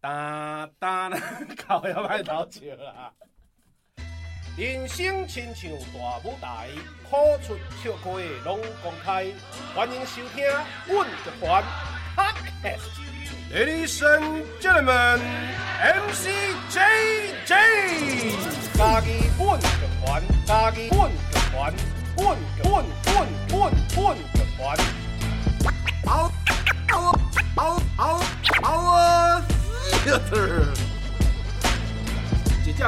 哒哒 啦，搞也歹偷笑啦。啊人生亲像大舞台，苦出笑开拢公开。欢迎收听《阮乐团》Podcast。Ladies and gentlemen, MC JJ。家己阮乐团，家己阮乐团，阮阮阮阮阮乐团。嗷嗷嗷嗷嗷啊！一只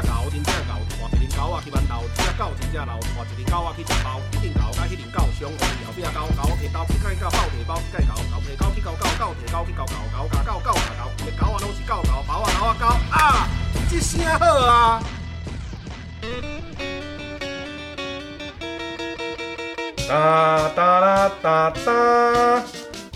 狗，真正狗，换一只狗啊去馒头；一只狗，真正老，换一只狗啊去食包。一只狗甲迄只狗相换，后壁狗狗摕刀去甲迄狗狗摕包，去甲狗狗摕狗去狗狗，狗摕狗去狗狗，狗甲狗狗甲狗，个狗啊拢是狗狗，包啊狗啊狗啊，即声好啊！哒哒啦哒哒，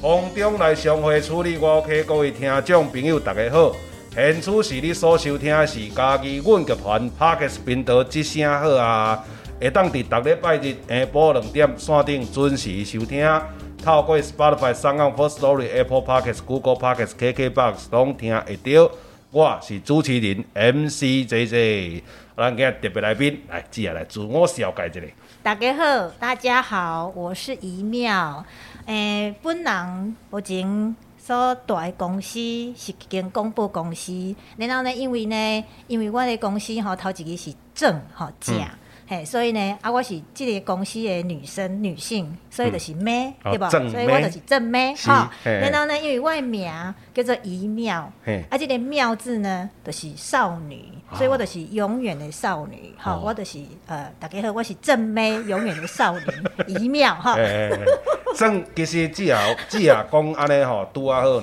空中来相会处理我 K 各位听众朋友，大家好。现此时你所收听的是家己阮剧团 Parkes 频道之声好啊，会当伫逐礼拜日下晡两点线顶准时收听。透过 Spotify、s o u n First Story、Apple Parkes、Google Parkes、KKBox 拢听会到。我是主持人 MC JJ，咱今日特别来宾来，接下来自我紹介一下。大家好，大家好，我是怡妙。诶、本人目前所住的公司是一间广播公司，然后呢，因为呢，因为我的公司吼头一个是正吼正。嗯嘿，所以呢，啊，我是这个公司的女生女性，所以就是妹，哦对吧？正所以我妹就是正妹是吼。嘿然后呢，因为我的名叫做怡妙嘿，啊，这个妙字呢，就是少女，所以我就是永远的少女。吼、哦我就是呃，大家好，我是正妹， 永远的少女怡妙哈。诶、算其实只啊只啊讲安尼吼， 拄啊好尔。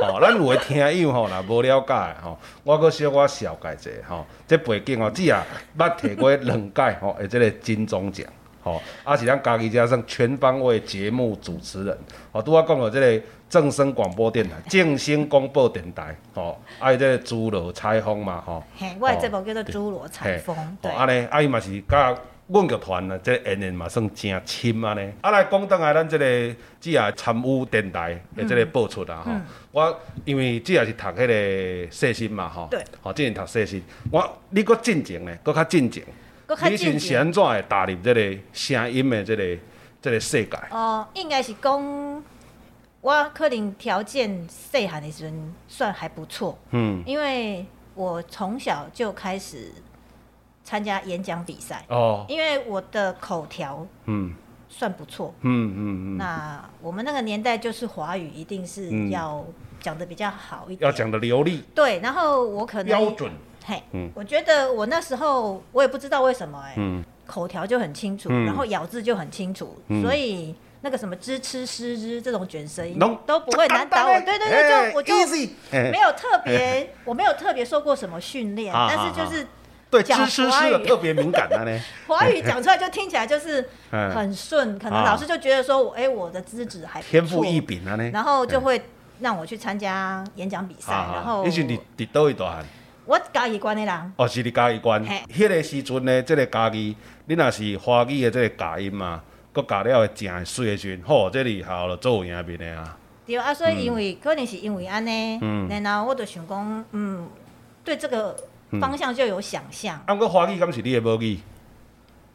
吼、咱有诶听友吼，若无了解的吼，我阁小可小解者吼，即背景吼，只啊捌摕过两届吼， 诶，即个金钟奖。吼，啊是咱家己加上全方位节目主持人，吼，拄啊讲到即个正声广播 电台、正声广播电台，吼，啊伊即个朱罗采风嘛，吼，嘿，我的哦节目叫做《侏罗采嘿，风》，对哦，，安尼，啊伊嘛是甲阮剧团啊，即个演员嘛算真亲安尼。啊来讲倒来，咱即个即也参与电台的即个播出啦嗯吼。我因为即也是读迄个细心嘛吼，对，吼，之前读细心，我你搁进前咧，搁较进前，搁较你进前是安怎会踏入即个声音的即个即个世界？哦、应该是讲我可能条件细汉的时阵算还不错，嗯，因为我从小就开始参加演讲比赛，哦，因为我的口条嗯算不错。嗯嗯嗯，那我们那个年代就是华语一定是嗯要讲的比较好一点，要讲的流利对，然后我可能标准，嘿，嗯我觉得我那时候我也不知道为什么、哎、嗯口条就很清楚，嗯然后咬字就很清楚，嗯所以那个什么支吃诗之这种卷舌音拢都不会难倒我。对对对，就我就哎，easy，嘿没有特别，我没有特别受过什么训练，啊但是啊就是对，讲知识华是的语特别敏感的 呢。华语讲出来就听起来就是嗯很顺，可能啊老师就觉得说我哎我的资质还不错天赋异，禀啊呢。然后就会让我去参加演讲比赛，啊，然后你是伫伫倒位大汉？我嘉义关的人，哦，是伫嘉义县。嘿迄个时阵呢，即个嘉义，你若是华语的即个教音嘛，佮教了会正水的时阵，吼，即厉害了，做有影面的啊。对啊，所以因为、可能是因为安尼，嗯然后我就想讲，嗯，对这个方向就有想象，啊，毋过华语敢是你的母语？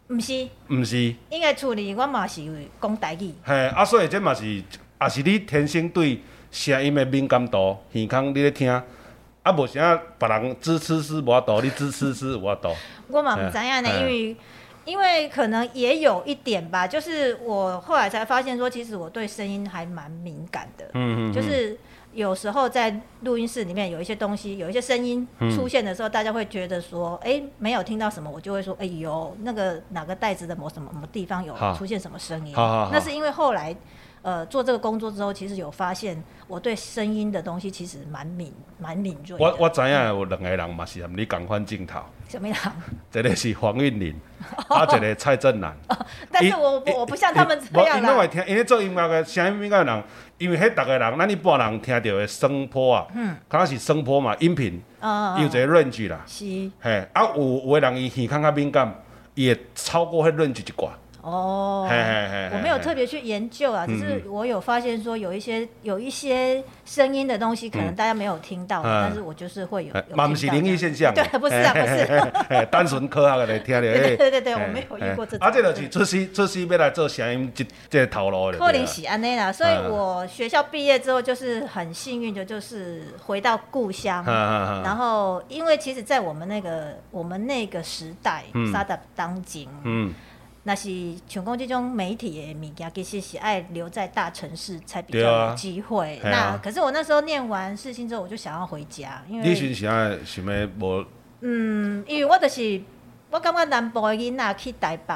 毋、是毋是，应该处理我嘛是有讲台语，嘿，啊，所以这嘛是，也是你天生对声音的敏感度，耳孔你咧听，啊，无啥别人支持是无法度，你支持是有法 度。我嘛毋知影呢，嗯因为。因为可能也有一点吧，就是我后来才发现说，其实我对声音还蛮敏感的，嗯就是有时候在录音室里面有一些东西，有一些声音出现的时候，大家会觉得说，哎、没有听到什么，我就会说，哎、有那个哪个袋子的某什么某地方有好出现什么声音。好好好那是因为后来，呃，做这个工作之后，其实有发现我对声音的东西其实蛮敏蛮敏锐的。我我知影有两个人嘛是含你共款镜头。什么样？一个是黄韵玲，啊，一个蔡振南。 但是我因我我不像他们这样因因为啦。听，因为做音乐的声音敏感的人，因为迄逐个人，咱一般人听到的声波啊，嗯，可能是声波嘛，音频，嗯，伊有一个 range 啦，是嘿，啊有有的人伊耳孔较敏感，伊会超过迄 range 一寡，哦，嘿嘿嘿嘿我没有特别去研究啊，嗯只是我有发现说有一些有一些声音的东西，可能大家没有听到，嗯但是我就是会有。有听嘛到毋是灵异现象， 对，不是啊，不是。嘿，嘿单纯科学的来听着。对对对对嘿我没有遇过这种啊，这就是出师出师要来做声音这这头路的。可能是安内啦，所嗯以我学校毕业之后就是很幸运的，就是回到故乡。然然后，因为其实，在我们那个我们那个时代嗯，沙达当今，嗯，那是像讲这种媒体的物件，其实是爱留在大城市才比对较啊有机会。嘿啊那可是我那时候念完事情之后，我就想要回家，因你是为想要想要无？嗯，因为我就是我感觉南部的囡仔去台北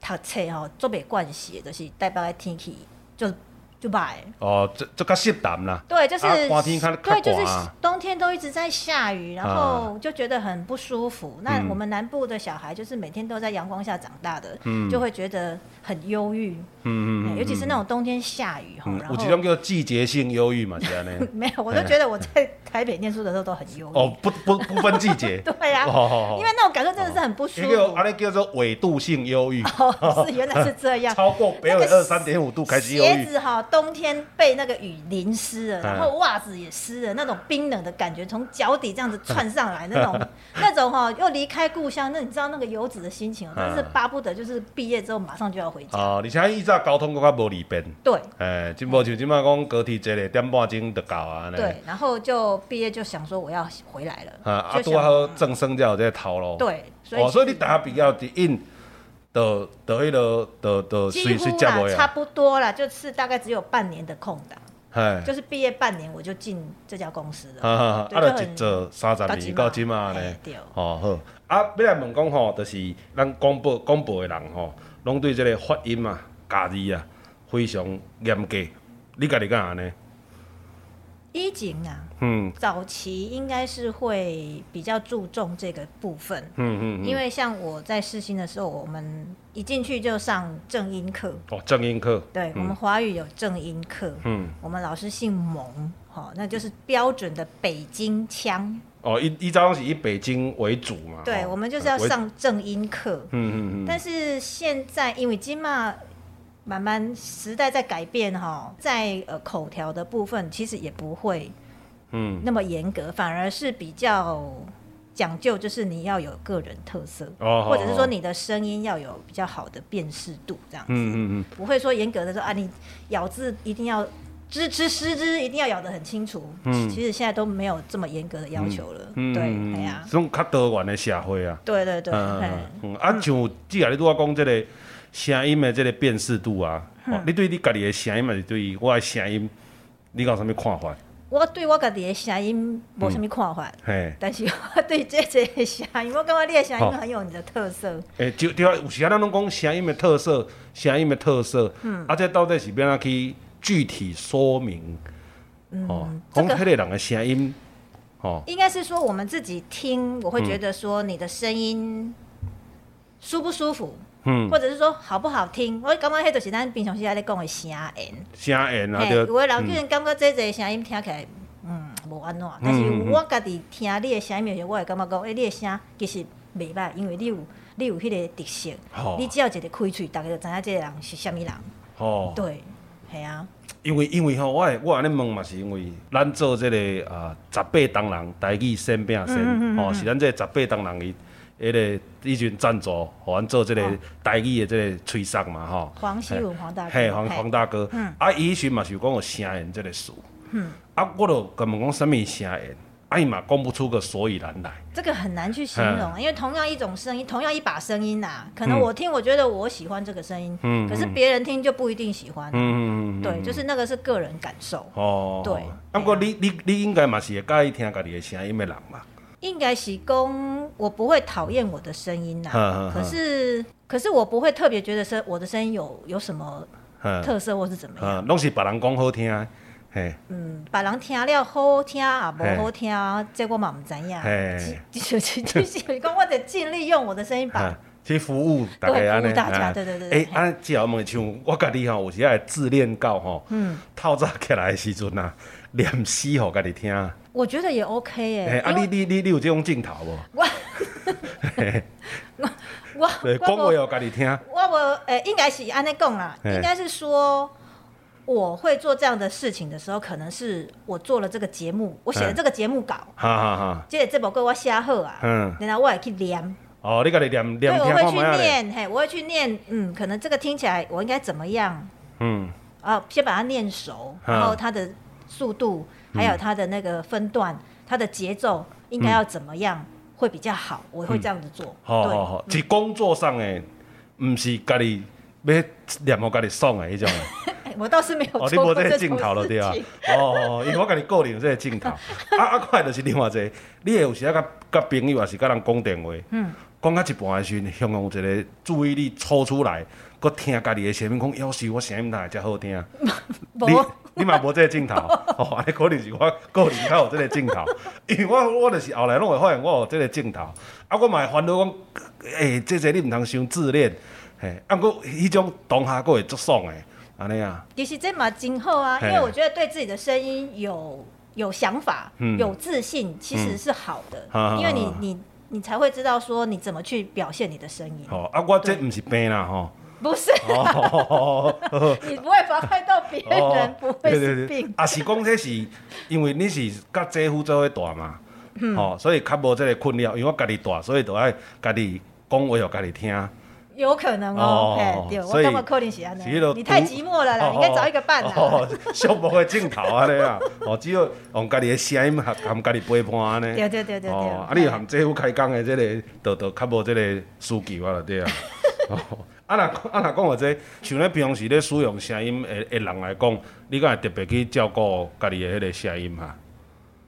读册吼，做袂惯势，就是台北的天气就就歹。哦，这这较适当啦。对，就是、啊寒天较较对，就是寒啊冬天都一直在下雨，然后就觉得很不舒服。那嗯我们南部的小孩就是每天都在阳光下长大的，嗯就会觉得很忧郁、嗯哎尤其是那种冬天下雨哈、嗯，然有后。一种叫季节性忧郁嘛，是安尼 没有，我都觉得我在台北念书的时候都很忧郁。。哎哦，不不不分季节 对啊呀、哦哦哦因为那种感受真的是很不舒一个服。安尼叫做纬度性忧郁，哦， 是原来是这样。啊 超过北纬那个二三点五度开始忧鞋郁。子哈，冬天被那个雨淋湿了，嗯然后袜子也湿了，那种冰冷的感觉从脚底这样子窜上来， 那种那种哈，又离开故乡，那你知道那个游子的心情，但哎是巴不得就是毕业之后马上就要回家。哦，而且以早交通更较无利便。对诶，真无像即摆讲高铁坐咧点半钟就到啊安尼。对，然后就毕业就想说我要回来了，啊，啊，就拄想好正生才有这个头路。对，所以哦，所以你大学毕业伫因，就就迄落，就就几随随乎接啦，袂差啊，不多啦，就是大概只有半年的空档，嘿，就是毕业半年我就进这家公司 了。哈哈，啊，就对就一很做三十到年即到嘛即嘛咧嘿对，哦好，啊，要来问讲吼，就是咱广播广播的人吼，拢对即个发音啊、家字啊非常严格，你家己敢安尼？一景啊，嗯早期应该是会比较注重这个部分，嗯嗯，因为像我在试新的时候，我们一进去就上正音课，哦，正音课，对、我们华语有正音课，嗯，我们老师姓蒙，好、那就是标准的北京腔，哦，以以早是以北京为主嘛，对哦我们就是要，为上正音课，嗯嗯嗯，但是现在因为金嘛。慢慢时代在改变哈，在呃口条的部分其实也不会嗯，那么严格，反而是比较讲究，就是你要有个人特色，哦，或者是哦说，哦你的声音要有比较好的辨识度，这样子、嗯嗯嗯。不会说严格的说啊，你咬字一定要吱吱吱吱，一定要咬得很清楚。嗯其实现在都没有这么严格的要求了。对，哎呀、这种较多元的社会啊，对对对，嗯嘿嗯嗯，啊，像即下你拄我讲即个声音的即个辨识度啊，嗯哦你对你家己的声音嘛是对我的声音，你有啥物看法？我对我家己的声音没什么看法。嘿，但是我对这这的声音，我感觉你的声音很有你的特色。诶，就对啊，有时啊，咱拢讲声音的特色，声音的特色，嗯啊，这到底是要安怎去具体说明？哦，嗯这讲个迄个人的声音，哦，应该是说我们自己听，我会觉得说你的声音舒不舒服，嗯，或者是说好不好听。我感觉迄就是咱平常时在咧讲的声音。声音啊，嘿，对有，的人叫人感觉这这声音听起来，嗯，无安怎，但是嗯嗯我家己听你的声音的时候，我会感觉讲，诶、你的声其实袂歹，因为你有你有迄个特色，吼你只要一个开喙，大家就知影这个人是虾物人。哦。对，系啊，因为因为吼，我会我安尼问嘛，是因为咱做即、个啊、十八当人台语先拼先，吼、嗯是咱这个十八当人伊迄个以前赞助，互咱做即个哦台语的即个吹送嘛，吼、黄希文黄大哥，嘿，黄黄嘿嗯大哥，啊，伊迄时嘛是有讲有声音即个词，啊，我就甲问讲什物声音，啊，伊嘛讲不出个所以然来，这个很难去形容，因为同样一种声音，同样一把声音呐、可能我听我觉得我喜欢这个声音，嗯可是别人听就不一定喜欢。嗯，对，就是那个是个人感受，哦，对啊，不过你你你应该嘛是会介意听家己的声音的人嘛，应该是公，我不会讨厌我的声音呐、哈哈哈可是可是我不会特别觉得声我的声音有有什么嗯，特色或是怎么样。嗯，拢是别人讲好听的，嘿，嗯，别人听了好听啊，无嘿好听，这我嘛唔知影嘿。就是就是讲，我得尽力用我的声音 把啊，去服务大家安尼，对服务大家啊对对对对哎，啊，只要问像我家己吼，有时啊自恋到吼，嗯，透早起来的时阵啊，念诗互家己听。我觉得也 OK 哎，哎、啊，因你为你你你有这种镜头无？我我对，讲话我哦，家己听。无我无诶、应该是安尼讲啦，嘿应该是说。我会做这样的事情的时候，可能是我做了这个节目，我写了嗯这个节目稿，哈哈哈，这个节目稿我写好啊，嗯然后我也去念，哦，你家己念对，念我听会看去卖啊咧。念，嘿，我会去念，嗯，可能这个听起来我应该怎么样嗯，啊？先把它念熟，嗯然后它的速度，还有它的那个分段，嗯它的节奏应该要怎么样会比较好？我会这样子做，嗯好好好，是工作上诶，毋是家己要念互家己爽诶迄种诶。对，哎我倒是没有哦，你做无过这这个种镜头了事对啊情。哦哦，哦因为我甲你个人有这个镜头， 啊啊，快就是另外一个，你会有时啊甲甲朋友也是甲人讲电话，嗯，讲到一半的时阵，向有一个注意力抽出来，佮听家己的声音，讲要是我声音哪会遮好听？无你你嘛无这个镜头，哦，安尼可能是我个人较有这个镜头， 因为我我就是后来拢会发现我有这个镜头，啊，我嘛会烦恼讲，诶、欸，这个你毋通伤自恋，嘿、啊，毋过迄种当下佫会足爽的，安尼啊。其实这嘛今后啊，因嘿为我觉得对自己的声音有有想法、嗯有自信，其实是好的，好好因为你好你你才会知道说你怎么去表现你的声音，吼、啊，我这毋是病啦， 吼、不是。哦， 你不会妨害到别人，不会是病。啊是讲这是因为你是甲姐夫做伙大嘛，嗯吼、所以较无这个困扰，因为我家己大，所以就爱家己讲话，互家己听。有可能哦，嘿，对，我所以感觉可能是安是迄个尼，你太寂寞了啦，哦你应该找一个伴啊啦。哦，寂寞的镜头安尼啊，哦，只有用家己的声音含含家己陪伴安尼。对对对对嗯对哦，啊，对你含姐夫开讲的这个，就就较无这个需求啊，就对 啊。哦，啊若啊若讲话这，像咱平常时咧使用声音的的人来讲，你敢会特别去照顾家己的迄个声音哈？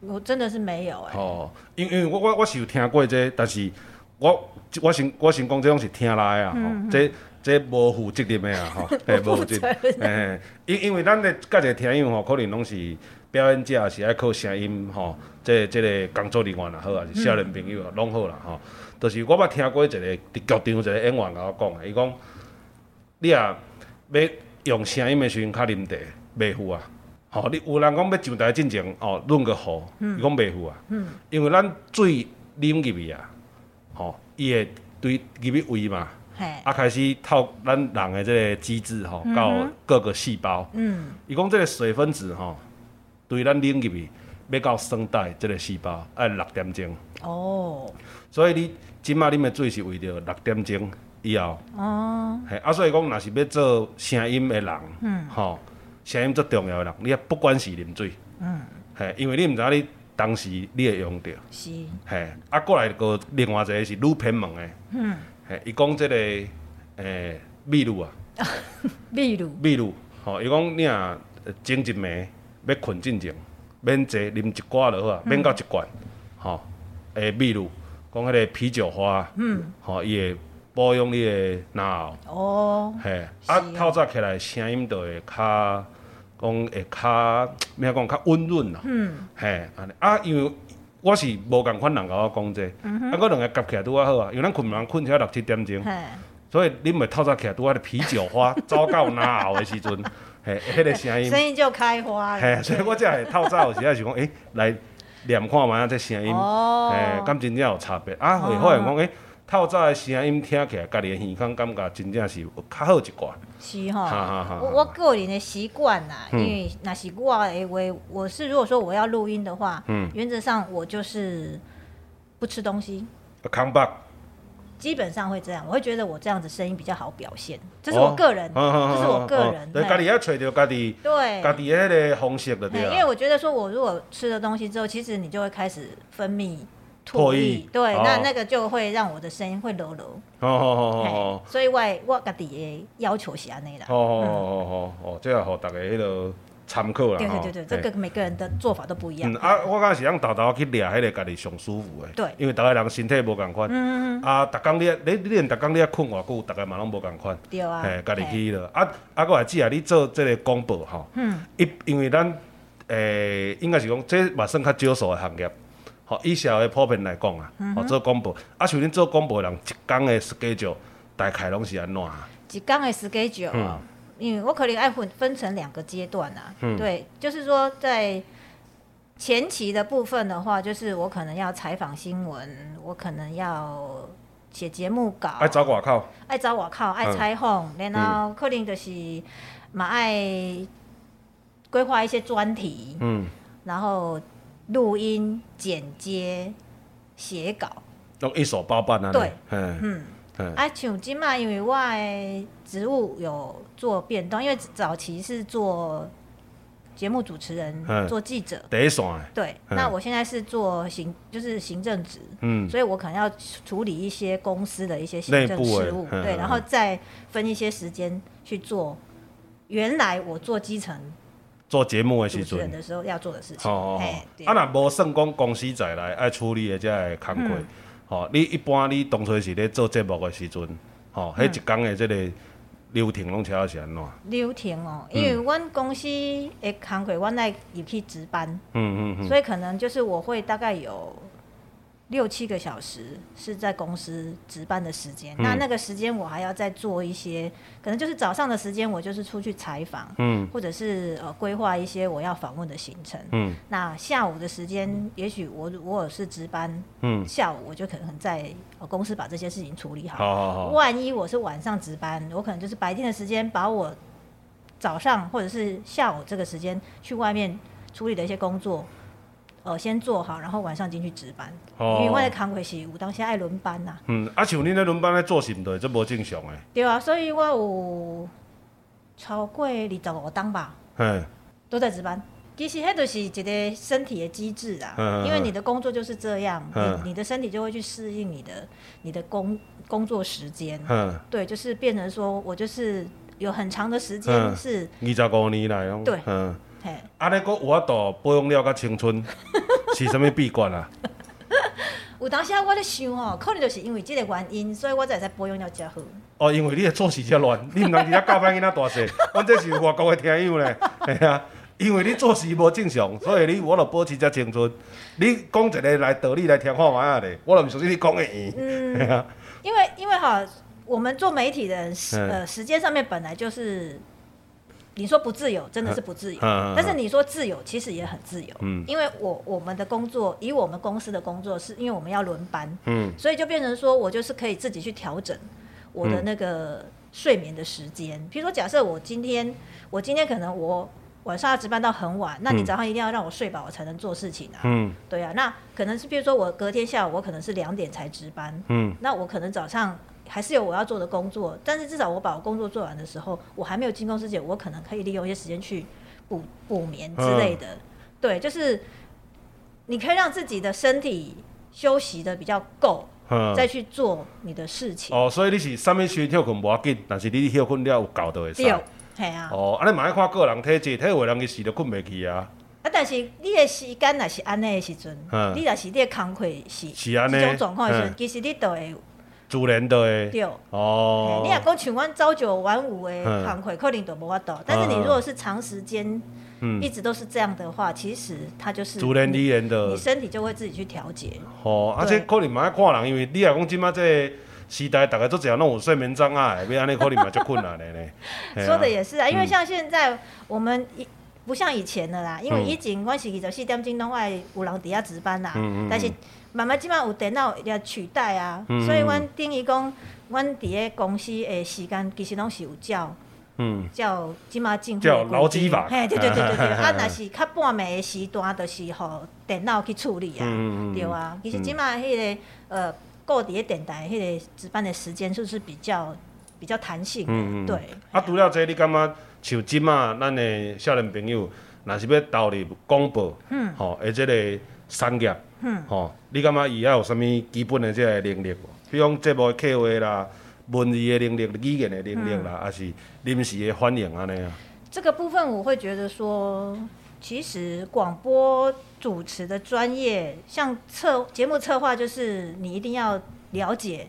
我真的是没有哎，哦，因因为我我我是有听过这但是我我先我先讲这种是听来的啊，吼、这这无负责任的啊，吼，嘿不负责任任，嘿，因因为咱的甲一个听友吼，可能拢是表演者，是爱靠声音吼，这这个工作人员也好，还是少年朋友啊，拢好啦，吼、就是我捌听过一个伫剧场有一个演员甲我讲的，伊讲你啊要用声音的时阵较啉茶，袂赴啊。吼、你有人讲要上台进前，哦，润个喉，伊讲袂赴啊，因为咱水啉入去啊，吼、伊会对入去胃嘛，嘿，啊开始透咱人的这个机制吼、到各个细胞，嗯，伊讲这个水分子吼、对咱啉入去，要到声带这个细胞要六点钟，哦，所以你即马啉的水是为着六点钟以后。哦，嘿，啊，所以讲，若是要做声音的人，嗯，吼，声音最重要的人，你啊不管是啉水，嗯，嘿，因为你毋知你当时你会用着，是，嘿，啊，过来个另外一个是女偏门的，嗯，嘿，伊讲即个，诶、秘鲁啊，例如，秘鲁，吼，伊讲你若呃整一暝要困进前，免坐，啉一寡就好嗯啊，免到一罐，吼、诶、秘鲁，讲迄个啤酒花，嗯，吼，伊会保养你的咽喉。哦，嘿，是啊哦，透早起来声音就会较讲会较咩讲较温润啦。啊嗯，嘿，安尼啊，因为我是无共款人甲我讲这啊，我两个夹起来拄啊好啊，因为咱困人困起来六七点钟，嗯嘿，所以你咪透早起来拄啊啤酒 花走到咽喉的时阵，嘿，迄个声音，声音就开花了。嘿，所以我才会透早有时啊想讲，诶，来念看卖啊这声音，哦嘿，敢真正有差别啊，会发现讲，诶，透早的声音听起来，家己的耳孔感觉真正是有较好一寡。是哈哈哈嗯哈，我我个人的习惯啦，因为那是我的话，我是如果说我要录音的话，嗯原则上我就是不吃东西，康北，基本上会这样，我会觉得我这样子声音比较好表现，这是我个人，哦哦哦这是我个哦人，对，嘿家己要找着家己对家己的迄个方式就嘿对因为啦。我觉得说我如果吃了东西之后，其实你就会开始分泌唾唾液液，对，哦那那个就会让我的声音会柔柔，哦哦嘿哦所以我的我家己的要求是安尼啦哦哦，哦哦哦，这也互大家迄个参考啦。对对吼对对，这个每个人的做法都不一样嗯，，啊，我敢是用豆豆去掠迄个家己上舒服的，对因为逐个人身体无共款，啊，逐工你你你连逐工你啊困偌久，逐个嘛拢无共款，对啊嘿，家己嘿去了，啊啊，我来姐啊，你做即个广播吼，一因为咱诶应该是讲这嘛算较少数的行业，吼，以社会普遍来讲啊，吼做广播，啊像恁做广播的人一工的 schedule 大概拢是安怎啊？一天的 schedule，、哦嗯因为我可能爱分分成两个阶段啊。对，就是说在前期的部分的话，就是我可能要采访新闻，我可能要写节目稿，爱嗯走外口，爱走外口，爱采访，然后可能就是嘛爱规划一些专题，嗯，然后录音、剪接、写稿。都一手包办啊。对，嗯嗯，嗯，啊，像即嘛，因为我的职务有做变动，因为早期是做节目主持人、嗯做记者，第一线的，对。嗯那我现在是做行，就是行政职，嗯，所以我可能要处理一些公司的一些行内部政的事务，嗯对，嗯然后再分一些时间去做原来我做基层做节目的主时持人阵。的时候要做的事情。吼吼吼嘿对，啊，若无算讲公司在内爱处理的遮个工作，吼、你一般你当初是咧做节目的时阵，吼、迄一工的即个流程拢车是安怎？流程哦，嗯因为阮公司的工课，阮来入去值班。嗯嗯嗯，所以可能就是我会大概有六七个小时是在公司值班的时间，嗯那那个时间我还要再做一些，可能就是早上的时间我就是出去采访，嗯或者是呃规划一些我要访问的行程。嗯那下午的时间，也许我如果是值班，嗯，下午我就可能在、呃、公司把这些事情处理好。好好好，万一我是晚上值班，我可能就是白天的时间把我早上或者是下午这个时间去外面处理的一些工作，呃，先做好，然后晚上进去值班。哦因为我的工课是有当时爱轮班呐、嗯，啊，像恁咧轮班咧做是毋对，这无正常诶，对啊，所以我有超过二十五档吧，嘿，都在值班。其实那就是一个身体的机制啊，嗯嗯嗯因为你的工作就是这样，嗯你你的身体就会去适应你的你的工工作时间。哼，对，就是变成说我就是有很长的时嗯间是，二十五年来拢，对嗯，嘿，啊，你佫有法度保养了较青 春，是啥物秘诀啊？有当时啊我咧想吼，可能就是因为这个原因，所以我才会使保养了遮好。哦，因为你的做事遮乱， 你毋通伫遐教歹囡仔大细。 阮这是有外国的听友咧， 系啊，因为你做事无正常，所以你我著保持遮青春。你讲一个来道理来听看卖啊咧，我著毋相信你讲会赢。 嗯，啊，因为因为哈，我们做媒体的人，时嗯呃，时间上面本来就是。你说不自由，真的是不自由。嗯嗯嗯嗯但是你说自由，其实也很自由。嗯因为我我们的工作，以我们公司的工作，是因为我们要轮班，嗯所以就变成说我就是可以自己去调整我嗯的那个睡眠的时间。比如说，假设我今天我今天可能我晚上要值班到很晚，那你早上一定要让我睡饱，我才能做事情啊。嗯对啊，那可能是比如说我隔天下午我可能是两点才值班，嗯那我可能早上。还是有我要做的工作，但是至少我把我工作做完的时候，我还没有进公司前，我可能可以利用一些时间去补补眠之嗯类的。对，就是你可以让自己的身体休息的比较够，再嗯。去做你的事情。哦，所以你是啥物时休困无要紧，但是你休困了有够就会使对。，系啊。哦，啊，你嘛爱看个人体质，体有的人伊是著困袂去啊。啊，但是你的时间若是安尼的时阵，嗯你若是你的工课是是安尼这种状况的嗯时阵，其实你都会自然就会。对。嘿哦你。若讲像阮朝九晚五的嗯工课，可能都无法度。但是你如果是长时间嗯一直都是这样的话，其实它就是自然你而然的你。身体就会自己去调节。吼、啊，这对可能嘛要看人，因为你若讲即马这个时代，大家都这样拢有睡眠障碍，啊要安尼可能嘛足困难的 咧。嘿啊说的，也是啊，因为像现在我们一。不像以前的啦，因为以前我是二十四点钟拢爱有人伫遐值班啦，嗯嗯嗯嗯但是慢慢即摆有电脑来取代啊，嗯嗯所以阮等于讲，阮伫咧公司的时间其实拢是有照嗯，照即摆政府照的规定劳基法嘿，对对对 对对，啊，若是较半暝的时段，就是互电脑去处理嗯啊，嗯嗯对啊，其实即摆迄个呃，顾伫咧电台迄个值班的时间就是比较比较弹性的，嗯嗯对，啊，除了这你感觉像即马咱的少年朋友，若是要投入广播，嗯，吼、而即个产业，嗯，吼、你感觉伊还有啥物基本的即个能力无？比如讲节目的策划啦。文字的能力、语言的能力啦，还是临时的反应安尼啊？这个部分我会觉得说，其实广播主持的专业，像策节目策划，就是你一定要了解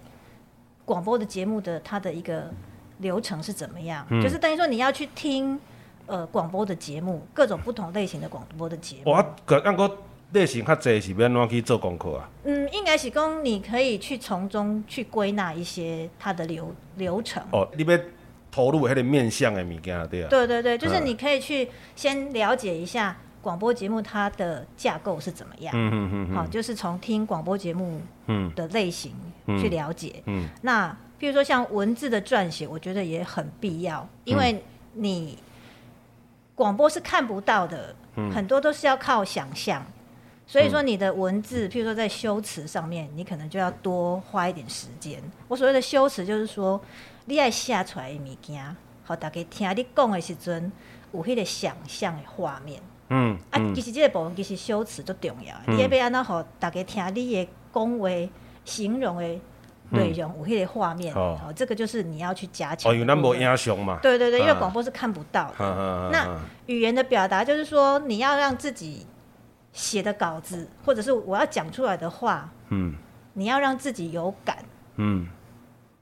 广播的节目的它的一个流程是怎么样，嗯就是等于说你要去听呃广播的节目，各种不同类型的广播的节目。哇，啊个咱个类型较济是要安怎去做功课啊？嗯，应该是讲你可以去从中去归纳一些它的流流程。哦，你要投入迄个面向的物件，对啊。对对对，就是嗯你可以去先了解一下广播节目它的架构是怎么样。嗯嗯嗯，好，就是从听广播节目嗯的类型嗯去了解。嗯那比如说像文字的撰写，我觉得也很必要，嗯因为你广播是看不到的，嗯很多都是要靠想象。所以说你的文字，譬如说在修辞上面，你可能就要多花一点时间。我所谓的修辞，就是说你爱写出来的物件，好大家听你讲的时阵，有迄个想象的画面。嗯啊，嗯其实这个部分其实修辞足重要的，嗯你要要安怎互大家听你的讲话、形容的内容有迄个画面，哦哦这个就是你要去加强。哦，因为咱无。影像嘛，对对对，因为啊广播是看不到哈的。哈那语言的表达就是说，你要让自己写的稿子，或者是我要讲出来的话，嗯你要让自己有感。嗯，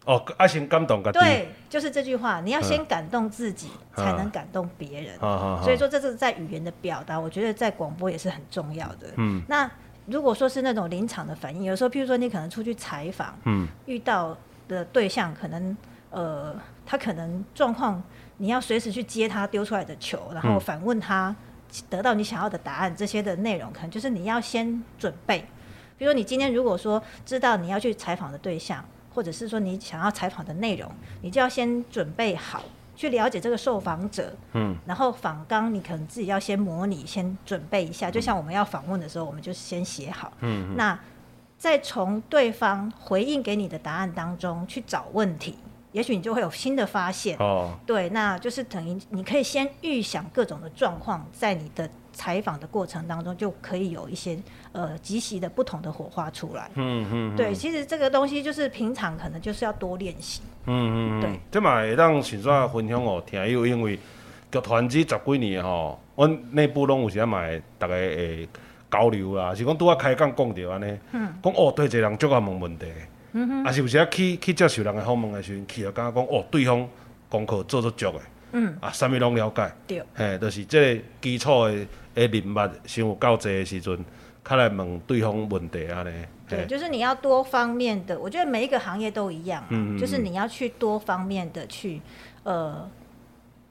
哦，啊先感动家己，对，就是这句话，你要先感动自己，嗯才能感动别人。好好好，所以说，这是在语言的表达，我觉得在广播也是很重要的。嗯那如果说是那种临场的反应，有时候譬如说你可能出去采访，嗯遇到的对象可能呃，他可能状况，你要随时去接他丢出来的球，然后嗯反问他，得到你想要的答案，这些的内容可能就是你要先准备。比如说你今天如果说知道你要去采访的对象，或者是说你想要采访的内容，你就要先准备好。去了解这个受访者，嗯然后访纲你可能自己要先模拟，先准备一下。就像我们要访问的时候，我们就先写好。嗯那再从对方回应给你的答案当中去找问题，也许你就会有新的发现。哦对，那就是等于你可以先预想各种的状况，在你的采访的过程当中，就可以有一些呃即席的不同的火花出来。嗯嗯对，其实这个东西就是平常可能就是要多练习。嗯嗯，对嗯，即嘛会当顺续分享哦，听友因为剧团子十几年吼，阮内部拢有时啊嘛会逐个会交流啦，是讲拄啊开讲讲着安尼，嗯讲哦对一个人足爱问问题，啊是有时啊去去接受人的访问的时阵，去就感觉讲哦对方功课做足足的，嗯，啊啥物拢了解，对，嘿，就是即个基础的的人脉先有够济的时阵，较来问对方问题安尼，对，嘿，就是你要多方面的，我觉得每一个行业都一样啊，嗯嗯嗯就是你要去多方面的去呃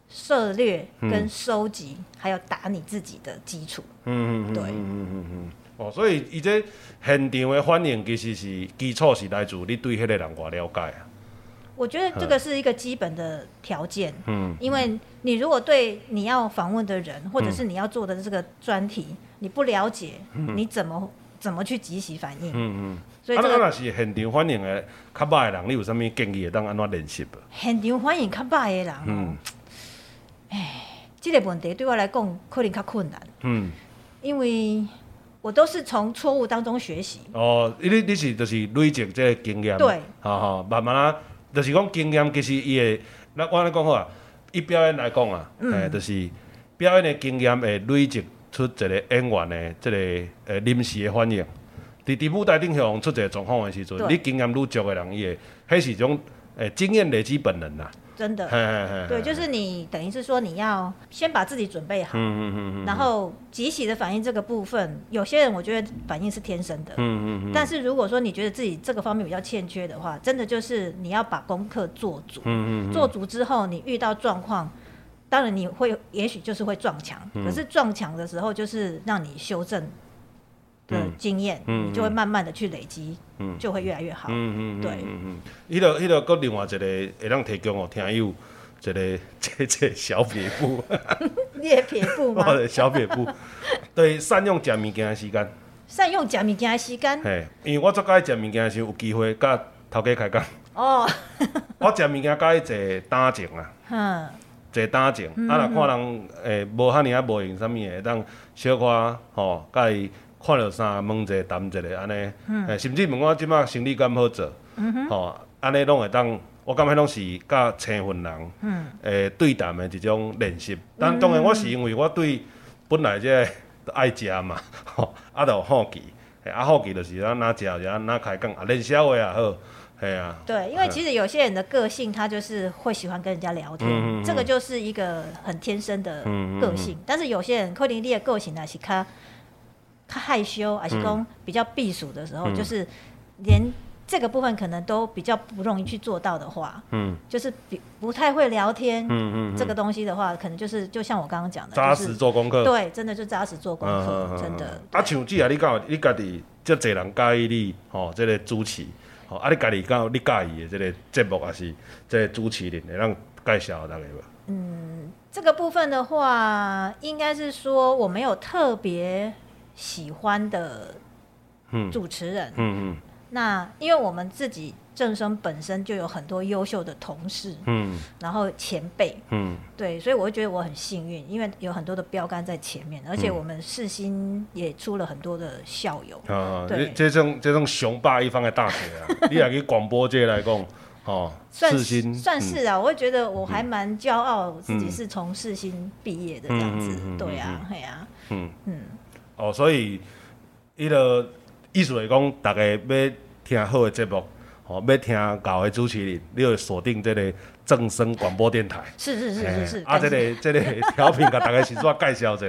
涉猎嗯跟收集，还有打你自己的基础。嗯嗯嗯，对，哦，所以伊这现场的反应其实是基础是来自你对迄个人外了解啊。我觉得这个是一个基本的条件，嗯因为你如果对你要访问的人，或者是你要做的这个专题，嗯你不了解，你怎么怎么去及时反应？嗯嗯。所以啊，这咱个若是现场反应的较歹的人，你有啥物建议会当安怎练习无？啊现场反应较歹的人哦，嗯哎，这个问题对我来讲可能较困难。嗯。因为我都是从错误当中学习。哦，你你是就是累积这个经验。对。吼、吼，慢慢啊，就是讲经验其实伊会，咱我安尼讲好啊，以表演来讲啊，嗯、就是表演的经验会累积出一个演员的即、个呃临时的反应。伫伫舞台顶向出一个状况的时阵对，你经验愈足的人，伊会，迄是一种诶、呃经验累积本能啦。真嘿的，嘿嘿。对，嘿就是你等于是说你要先把自己准备好，嗯嗯嗯嗯然后即喜的反应这个部分，有些人我觉得反应是天生的，嗯嗯嗯但是如果说你觉得自己这个方面比较欠缺的话，真的就是你要把功课做足，嗯嗯做足之后你遇到状况。当然你会，也许就是会撞墙，嗯可是撞墙的时候就是让你修正的经验，嗯你就会慢慢的去累积，嗯就会越来越好。嗯嗯嗯，对嗯嗯，迄个迄个，佮另外一个会当提供哦，听友一个 这这小撇步。猎撇步吗 我？的小撇步，对，善用食物件的时间。善用食物件的时间嘿，因为我最爱食物件的时候，有机会甲头家开讲。哦，我食物件介意坐单前啊，哼，坐单前。嗯啊，若看人诶无赫尔啊无闲啥物的，会当小可吼，甲伊看着啥问者谈一下安尼。嗯诶，甚至问我即摆生理敢好做，吼，安尼拢会当。我感觉拢是甲青云人嗯诶对谈的一种练习。但当然，我是因为我对本来这个爱食嘛，吼，啊，就有好奇，嘿啊，好奇就是咱哪食就咱哪开讲，啊，练消话也好，嘿啊。对，因嗯为其实有些人的个性，他就是会喜欢跟人家聊嗯天，这个就是一个很天生的个性。但是有些人柯林利的个性啊呢是嗯他他害羞，还是讲比较避暑的时候，就是连这个部分可能都比较不容易去做到的话，嗯就是比不太会聊天、嗯嗯，这个东西的话，可能就是就像我刚刚讲的，扎就实是做功课。对，真的就扎实做功课，嗯嗯嗯嗯真嗯的。啊，像姐啊，你讲你家己遮侪人介意啊你吼，即、个主持吼，啊，你家己讲你介意的即个节目，还是即个主持人，会让介绍大家无？这个部分的话，应该是说我没有特别喜欢的嗯主持人。嗯那因为我们自己正生本身就有很多优秀的同事，嗯然后前辈，嗯对，所以我会觉得我很幸运，因为有很多的标杆在前面，嗯而且我们世新也出了很多的校友。啊，对你这种这种雄霸一方的大学 啊，你也去广播界来讲，吼、嗯算四星是嗯算是啊，我会觉得我还蛮骄傲，自己是从世新毕业的这样子，嗯嗯嗯嗯对啊嗯，嘿啊，嗯嗯，哦，所以伊个意思来讲，大家要听好的节目，吼、要听搞的主持人，你要锁定这个正声广播电台。是是是嘿是是，啊，感这谢个 这个调频，甲大家先做介绍一下。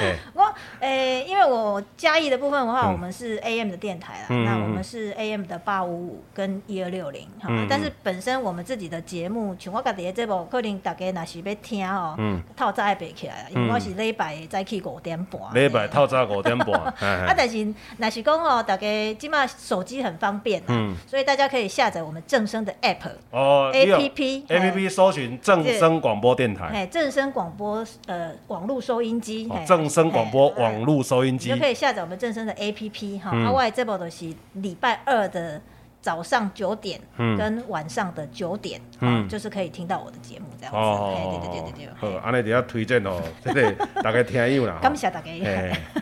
嘿我诶、呃因为我嘉义的部分的话，嗯我们是 AM 的电台啦，嗯嗯那我们是 AM 的八五五跟一二六零哈嗯嗯。但是本身我们自己的节目，像我家己的节目，可能大家若是要听哦、嗯透早也袂起来啦，因为我是礼拜的早起五点半。礼拜嘿透早五点半， 啊，哎哎但是那是讲哦，大家即马手机很方便啦，嗯所以大家可以下载我们正声的 app，哦 APP A P P 搜寻正声广播电台，哎，正声广播呃网络收音机，哦嘿正声广播嘿哎嘿网络收音你机就，可以下载我们正声的 APP 哈、嗯啊，外这部都是礼拜二的早上九点、嗯跟晚上的九点，嗯嗯、就是可以听到我的节目这样子。嘿哦，对对对对哦对好，对，嘿安尼就要推荐哦，这个大家听友啦。 吼感谢大 家。嘿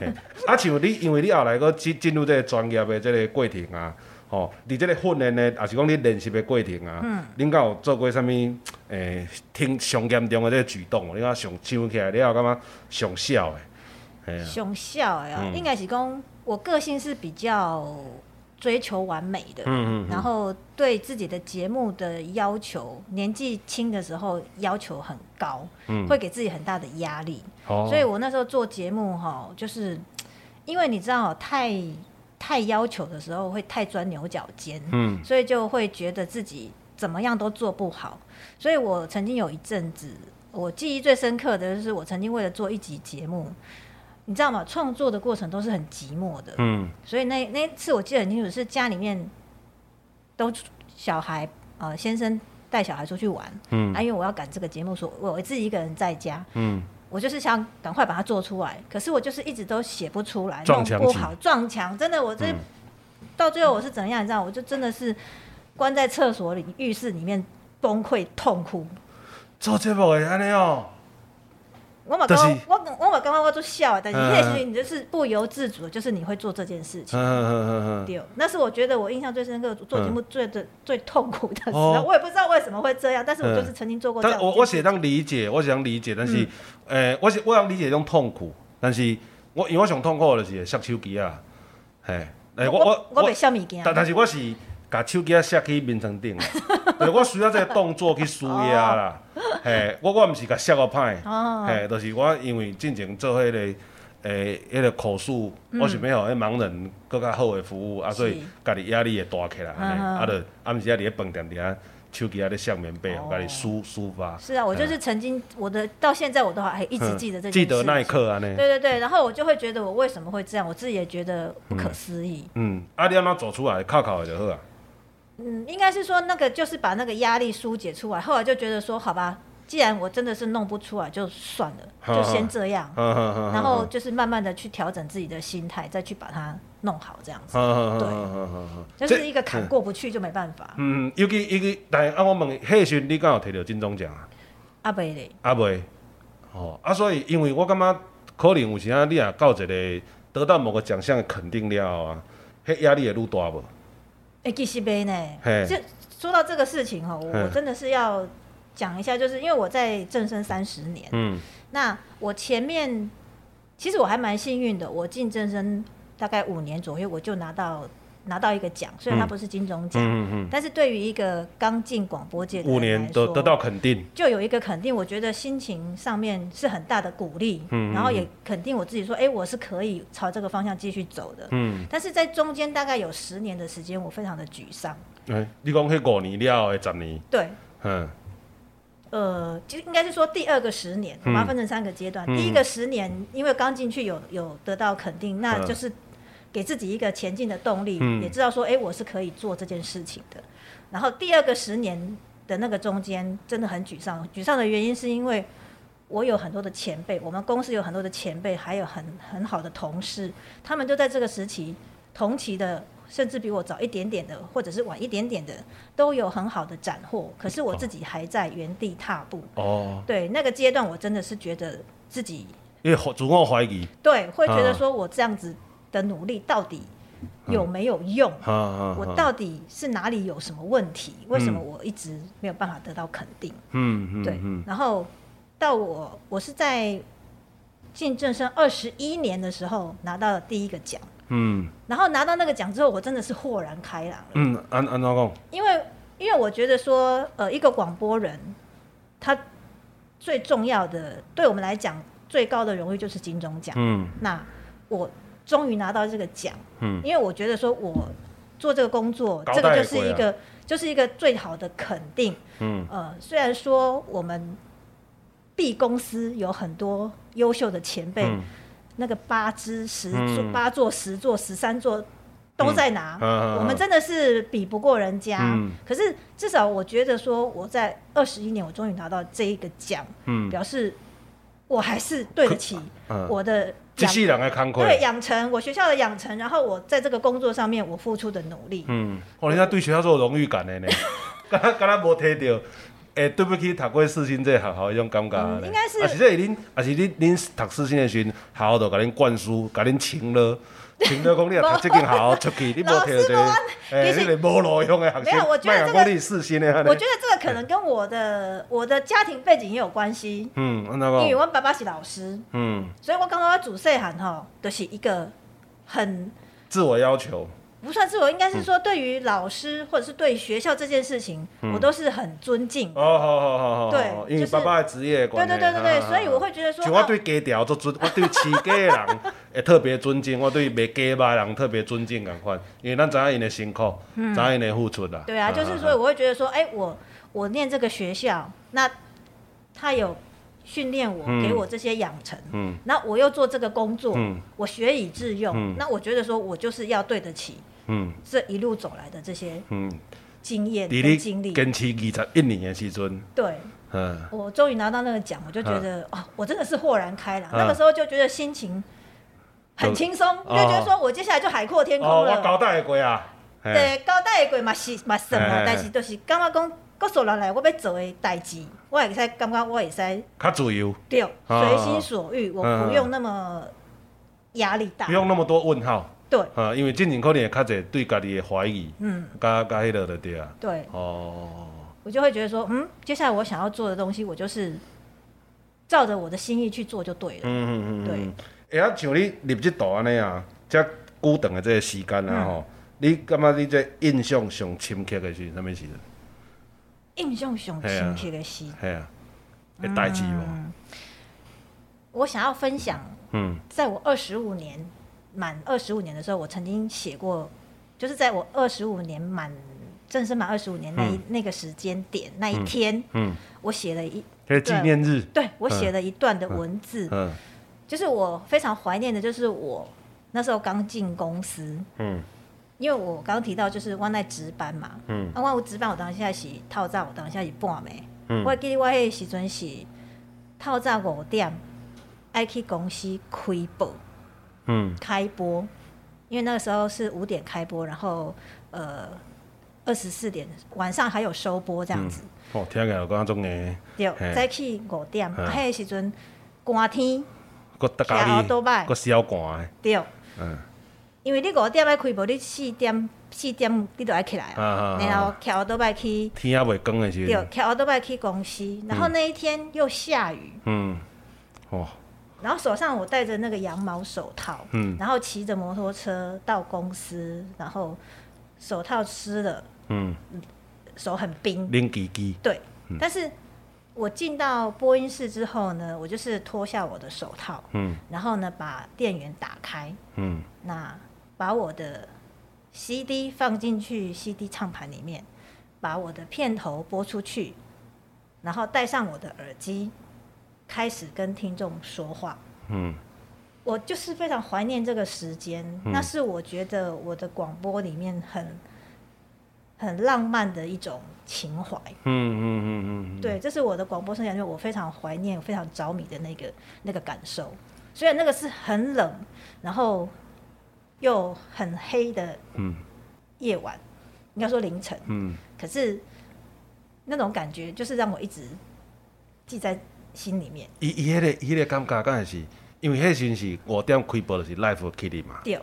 嘿啊，像你，因为你后来佫进进入这个专业的这个过程啊，吼、伫这个训练的，也是讲你练习的过程嗯啊，恁敢有做过啥物？诶、挺上严重的这个举动，你看上唱起来，你也有感觉上痟的，嘿啊，熊笑哎、嗯应该是讲我个性是比较追求完美的，嗯嗯然后对自己的节目的要求，年纪轻的时候要求很高，嗯，会给自己很大的压力。哦所以我那时候做节目哈，就是因为你知道太太要求的时候会太钻牛角尖，嗯所以就会觉得自己怎么样都做不好。所以我曾经有一阵子，我记忆最深刻的就是我曾经为了做一集节目。你知道吗？创作的过程都是很寂寞的，嗯所以那那一次我记得很清楚，是家里面都小孩呃先生带小孩出去玩，嗯啊，因为我要赶这个节目，所以我我自己一个人在家，嗯我就是想赶快把它做出来，可是我就是一直都写不出来，撞弄墙嗯不期好，撞墙，真的，我这、到最后我是怎样，你知道，我就真的是关在厕所里、浴室里面崩溃痛哭。做节目会安尼哦，我嘛就刚是我我嘛刚刚我就笑啊的，但是嗯那时候你就是不由自主的，就是你会做这件事情。嗯嗯嗯嗯对，那是我觉得我印象最深刻，做节目最最、最痛苦的时候，哦嗯我也不知道为什么会这样，但是我就是曾经做过这样嗯但的我事情、我是当理解，我是当理解，但是，诶、我是我当理解种痛苦，但是我因为我上痛苦的就是摔手机啊，嘿，诶、哎我我我我被笑物啊件，但但是我是把手机啊摔去眠床 顶啊，对，我需要这个动作去舒压啦，嘿，我我毋是甲摔个歹，哦嘿，就是我因为进前做迄、个诶，迄、个口述，我想要互迄盲人更较好的服务啊，所以嗯是家己压力会大起来，安尼嗯嗯啊，就暗时啊伫咧饭店底下，手机啊咧上棉被，哦互家己抒抒发。是啊，我就是曾经我的到现在我都还一直记得这嗯件事、记得那一。刻安尼。对对对，然后我就会觉得我为什么会这样，我自己也觉得不可思议。嗯，啊，你安怎走出来？靠靠的就好啊。嗯，应该是说那个就是把那个压力疏解出来，后来就觉得说好吧，既然我真的是弄不出来，就算了，好就先这样，嗯嗯嗯哦 然后就是慢慢的去调整自己的心态，再去把它弄好，这样子，嗯嗯嗯嗯 就这是一个坎过不去就没办法。嗯，尤其尤其，但啊，我问你，迄时阵你敢有摕到金钟奖啊？阿贝嘞，啊袂，哦，啊，所以因为我感觉可能有时啊，你也到一个得到某个奖项的肯定了后啊，迄压力会愈大无？哎，其实呗嘿呢，就说到这个事情哈，哦我嗯我真的是要讲一下，就是因为我在正生三十年，嗯那我前面其实我还蛮幸运的，我进正生大概五年左右，我就拿到拿到一个奖，虽然他不是金钟奖，嗯嗯但是对于一个刚进广播嗯，界的人五年来得说得到肯定，就有一个肯定，我觉得心情上面是很大的鼓励，嗯嗯然后也肯定我自己说，哎、我是可以朝这个方向继续走的。嗯，但是在中间大概有十年的时间，我非常的沮丧。哎，你讲迄五年了，诶，十年，对，嗯呃，就应该是说第二个十年，我嗯把它分成三个阶段。嗯第一个十年，因为刚进去有有得到肯定，那就是给自己一个前进的动力，嗯也知道说，哎、我是可以做这件事情的。然后第二个十年的那个中间，真的很沮丧。沮丧的原因是因为我有很多的前辈，我们公司有很多的前辈，还有很很好的同事，他们就在这个时期同期的。甚至比我早一点点的，或者是晚一点点的，都有很好的斩获。可是我自己还在原地踏步。哦，对那个阶段，我真的是觉得自己因为怀自我怀疑，对会觉啊得说我这样子的努力到底有嗯没有用？哈哈，我哈到底是哪里有什么问题？为什么我一直没有办法得到肯定？嗯嗯对嗯，然后到我我是在进正生二十一年的时候拿到了第一个奖，嗯然后拿到那个奖之后，我真的是豁然开朗了，嗯，安安怎讲？因为因为我觉得说，呃，一个广播人他最重要的，对我们来讲最高的荣誉就是金钟奖。嗯那我终于拿到这个奖，嗯因为我觉得说我做这个工作，高这大个就也是贵一啊个就是一个最好的肯定。嗯呃，虽然说我们 B 公司有很多优秀的前辈，嗯那个八支、十座、嗯八座、十座、十三座都在拿，嗯嗯嗯嗯我们真的是比不过人家。嗯可是至少我觉得说，我在二十一年，我终于拿到这一个奖，嗯表示我还是对得起嗯，我的一养世人的工课，对养成我学校的养成，然后我在这个工作上面我付出的努力。嗯，哦，人家对学校做有荣誉感 的呢，敢若敢若无提到，诶、对不起，读过四星这个学校迄种感觉呢、嗯应该是啊是这是恁，啊是恁恁读四星的时阵，学校就甲恁灌输，甲恁请了，请了讲你若读这间学校出去，你无提到这老个师无，诶、其你实个无路用的学没有生，我觉莫得这个讲你四星的安尼我觉，得这个可能跟我的我的家庭背景也有关系，嗯，安怎因为讲？我爸爸是老师，嗯，所以我刚刚主细喊吼，就是一个很自我要求，不算自我，应该是说对于老师或者是对于学校这件事情，我都是很尊敬。哦，好好好好，对好因为就是爸爸的职业的对关系，啊对对对对，所以我会。会觉得说，就我啊对家条做尊，我对饲家的人会特别尊敬，我对卖鸡肉的人特别尊敬共款，因为咱知影因的辛苦，知影因的付出啦。嗯对啊，嗯就是说我会觉得说，哎、我我念这个学校，那他有训练我，嗯给我这些养成，嗯那我又做这个工作，嗯我学以致用，嗯那我觉得说我就是要对得起嗯这一路走来的这些嗯，经验伫跟经历你。坚持二十一年的时阵，对嗯我终于拿到那个奖，我就觉得、哦，我真的是豁然开嗯朗。那个时候就觉得心情很轻松，哦就觉得说我接下来就海阔天空哦，我了。交代过啊，嘿，对，交代的过嘛是嘛什嘿嘿么嘿，但是就是感觉讲，我做落来我要做的代志，我会使感觉我会使较自由，对哦随心所欲，我嗯不用那么压力大不。用那么多问号，对啊，因为进前可能会较侪对家己的怀疑，嗯，加加迄落就对啊。对，哦，我就会觉得说，嗯，接下来我想要做的东西，我就是照着我的心意去做就对了。嗯嗯嗯，对嗯。会啊，像你入这道安尼啊，遮久长的这个时间嗯啊吼，你感觉你这印象上深刻的是啥物时阵？印象上哎深刻的是，嘿啊，诶，代志无？我想要分享嗯在我二十五年满二十五年的时候，我曾经写过，就是在我二十五年满正式满二十五年那一、那个时间点那一天，嗯，我写了一迄纪念日，对我写了一段的文字，嗯就是我非常怀念的，就是我那时候刚进公司，嗯因为我刚刚提到就是我在值班嘛，嗯啊，我有值班我当下是透早，我当下是半暝，嗯我会记得我迄时阵是透早五点爱去公司开报。嗯开播，因为那个时候是五点开播，然后呃二十四点晚上还有收播这样子。哦，听起来有感觉种诶，嘿对，早起五点，嗯啊迄个时阵寒天，搁搭吃家后己，倒摆搁烧寒的，对，嗯因为你五点要开播，你四点四点你就要起来啊啊啊，啊嗯然后翘倒摆去，天还袂光的时对阵，，嗯翘倒摆去公司，然后那一天又下雨，嗯，哦，然后手上我戴着那个羊毛手套，嗯然后骑着摩托车到公司，然后手套湿了，嗯，手很冰，恁叽叽，对，但是我进到播音室之后呢，我就是脱下我的手套，嗯然后呢把电源打开，嗯那把我的 CD 放进去 CD 唱盘里面，把我的片头播出去，然后戴上我的耳机，开始跟听众说话。嗯我就是非常怀念这个时间，那是我觉得我的广播里面很很浪漫的一种情怀。嗯嗯嗯嗯，对，这是我的广播生涯，就是我非常怀念、非常着迷的那个那个感受。虽然那个是很冷，然后又很黑的嗯夜晚，应该说凌晨，嗯可是那种感觉就是让我一直记在心里面。伊伊迄个伊迄个感觉，敢会是，因为迄时阵是五点开播，就是 live 起哩嘛，对，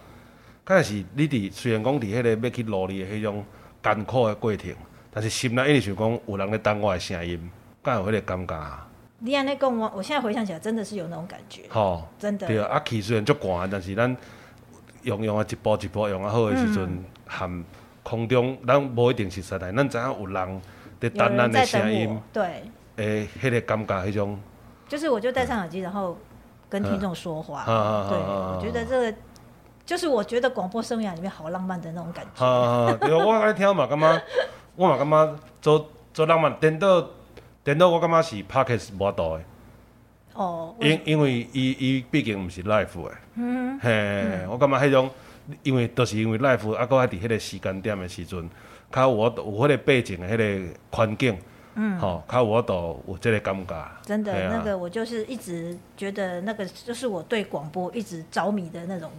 敢会是你伫虽然讲伫迄个要去努力的迄种艰苦的过程，但是心内一直想讲有人咧等我的声音，敢有迄个感觉啊？你安尼讲我，我现在回想起来，真的是有那种感觉，吼，真对的。啊，啊气虽然足寒，但是咱用用啊一步一步用啊好的时阵，含空中咱无一定是实在，咱知影有人伫有等咱人的在声等音我，，对，诶，迄个感觉迄种，就是我就戴上耳机，然后跟听众说话。啊啊啊对，啊啊我觉得这个就是我觉得广播生涯里面好浪漫的那种感觉。哈，对啊，我爱听嘛，感觉，我嘛感觉做做浪漫，颠倒颠倒，我感觉是 p a r k e s 无度的，哦，我因因为伊伊毕竟毋是 live 的，嗯，嘿，我感觉迄种，因为都是因为 live，啊，搁还伫迄个时间点的时阵，较有我有迄个背景的迄个环境，嗯，吼，较有我度有即个感觉，真的、嘿啊那个，我就是一直觉得那个就是我对广播一直着迷的那种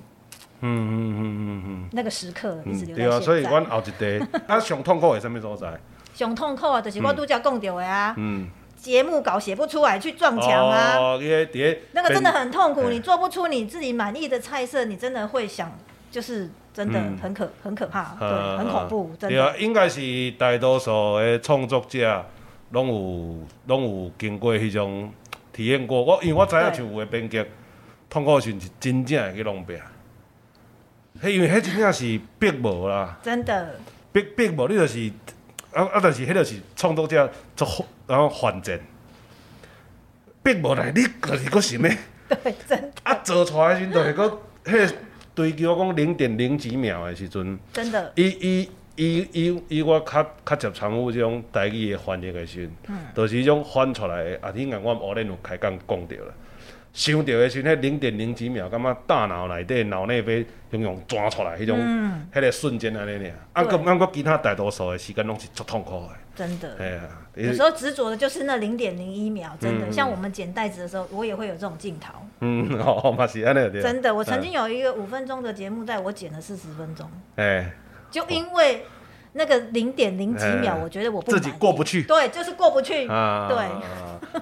嗯嗯嗯嗯嗯那个时刻，一直嗯，留对啊，到所以现在。阮后一代， 啊，上痛苦的啥物所在？上痛苦啊，就是我拄则讲到的啊，嗯，节目稿写不出来去撞墙啊，哦，伊迄伫咧那个真的很痛苦。嗯你做不出你自己满意的菜色，你真的会想，就是真的嗯很可、很可怕，对，呃很恐怖，真对啊的。，应该是大多数的创作者拢有拢有经过迄种体验过。我因为我知影对像有的编剧痛苦的时阵是真正会去弄病，迄因为迄真正是逼无啦，真的， 逼逼无你就是啊啊，但是迄就是创作者做然后反正逼无来，你就是佫想要。对，真啊，做出来的时阵就是佫迄追求讲零点零几秒的时阵。真的，伊伊伊伊伊，我较较常参与即种台语的翻译的时阵，嗯就是迄种翻出来的。啊，你眼我们后日有开讲讲着啦。想到的时阵，迄零点零几秒，感觉大脑内底脑内啡用用钻出来迄种，迄、个瞬间安尼尔。啊，嗯对佮啊，佮其他大多数的时间拢是足痛苦的。真的。哎呀，有时候执着的就是那零点零一秒，真的。像我们剪带子的时候，我也会有这种镜头，嗯， 吼、吼嘛是安尼对。真的。我曾经有一个五分钟的节目，带我剪了四十分钟，哎，就因为那个零点零几秒，哎我觉得我不自己满意过不去。对，就是过不去。啊，对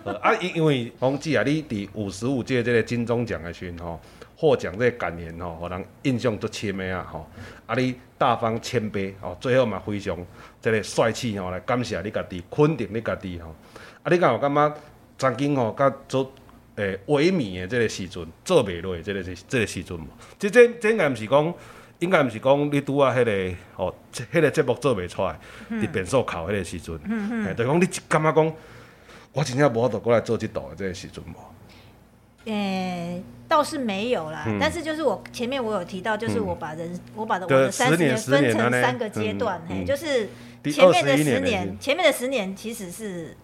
对。啊，因因为洪记啊，你伫五十五届这个金钟奖的时阵吼，获奖这个感言吼，互人印象足深的啊吼。啊，你大方谦卑吼，最后嘛非常这个帅气吼，来感谢你家己，肯定你家己吼。啊，你敢有感觉曾经吼，甲做诶萎靡的这个时阵，做袂落的这个时这个时阵无？即这这应该毋是讲。应该毋是讲你拄啊迄个吼，即迄、个节目做袂出来，嗯伫变数哭迄个时阵，嗯嗯，就讲你一感觉讲我真正无法度过来做即道的这个时阵无，诶，倒是没有啦，但是就是我前面我有提到，就是我把人，我把嗯我对的三十10年分成10年三个阶段，嗯嘿，嗯就是第前面的21十年了已年，经前面的十年其实是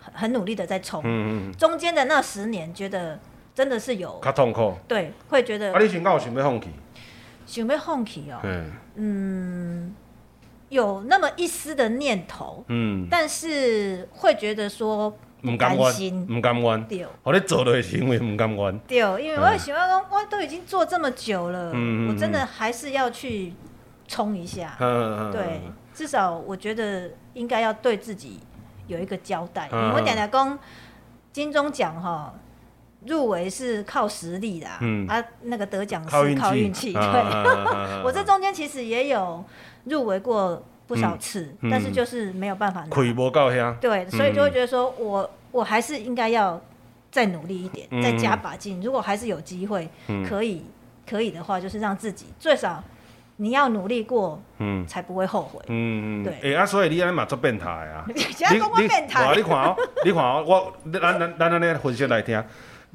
很很努力的在冲，嗯嗯，中间的那十年，觉得真的是有较痛苦。对，会觉得啊，你先敢有想要放弃？想要放弃哦，嗯有那么一丝的念头，嗯，但是会觉得说不毋甘甘愿，心，毋甘愿。对哦互你做落是因为毋甘愿。对，因为我会喜欢说，我都已经做这么久了，嗯嗯嗯嗯我真的还是要去冲一下，嗯对，至少我觉得应该要对自己有一个交代。嗯我点点讲金钟奖哈。入围是靠实力的、嗯啊，那个得奖是靠运气，嗯啊靠运气，对。对 我这中间其实也有入围过不少次，嗯但是就是没有办法拿。亏无到遐，对，所以就会觉得说我我还是应该要再努力一点，嗯再加把劲。如果还是有机会，嗯可以可以的话，就是让自己最少你要努力过，嗯才不会后悔。嗯，对诶、啊，所以你安尼嘛做变态 啊！现在讲我变态哇，你看哦，你看哦，我咱咱咱安尼分析来听，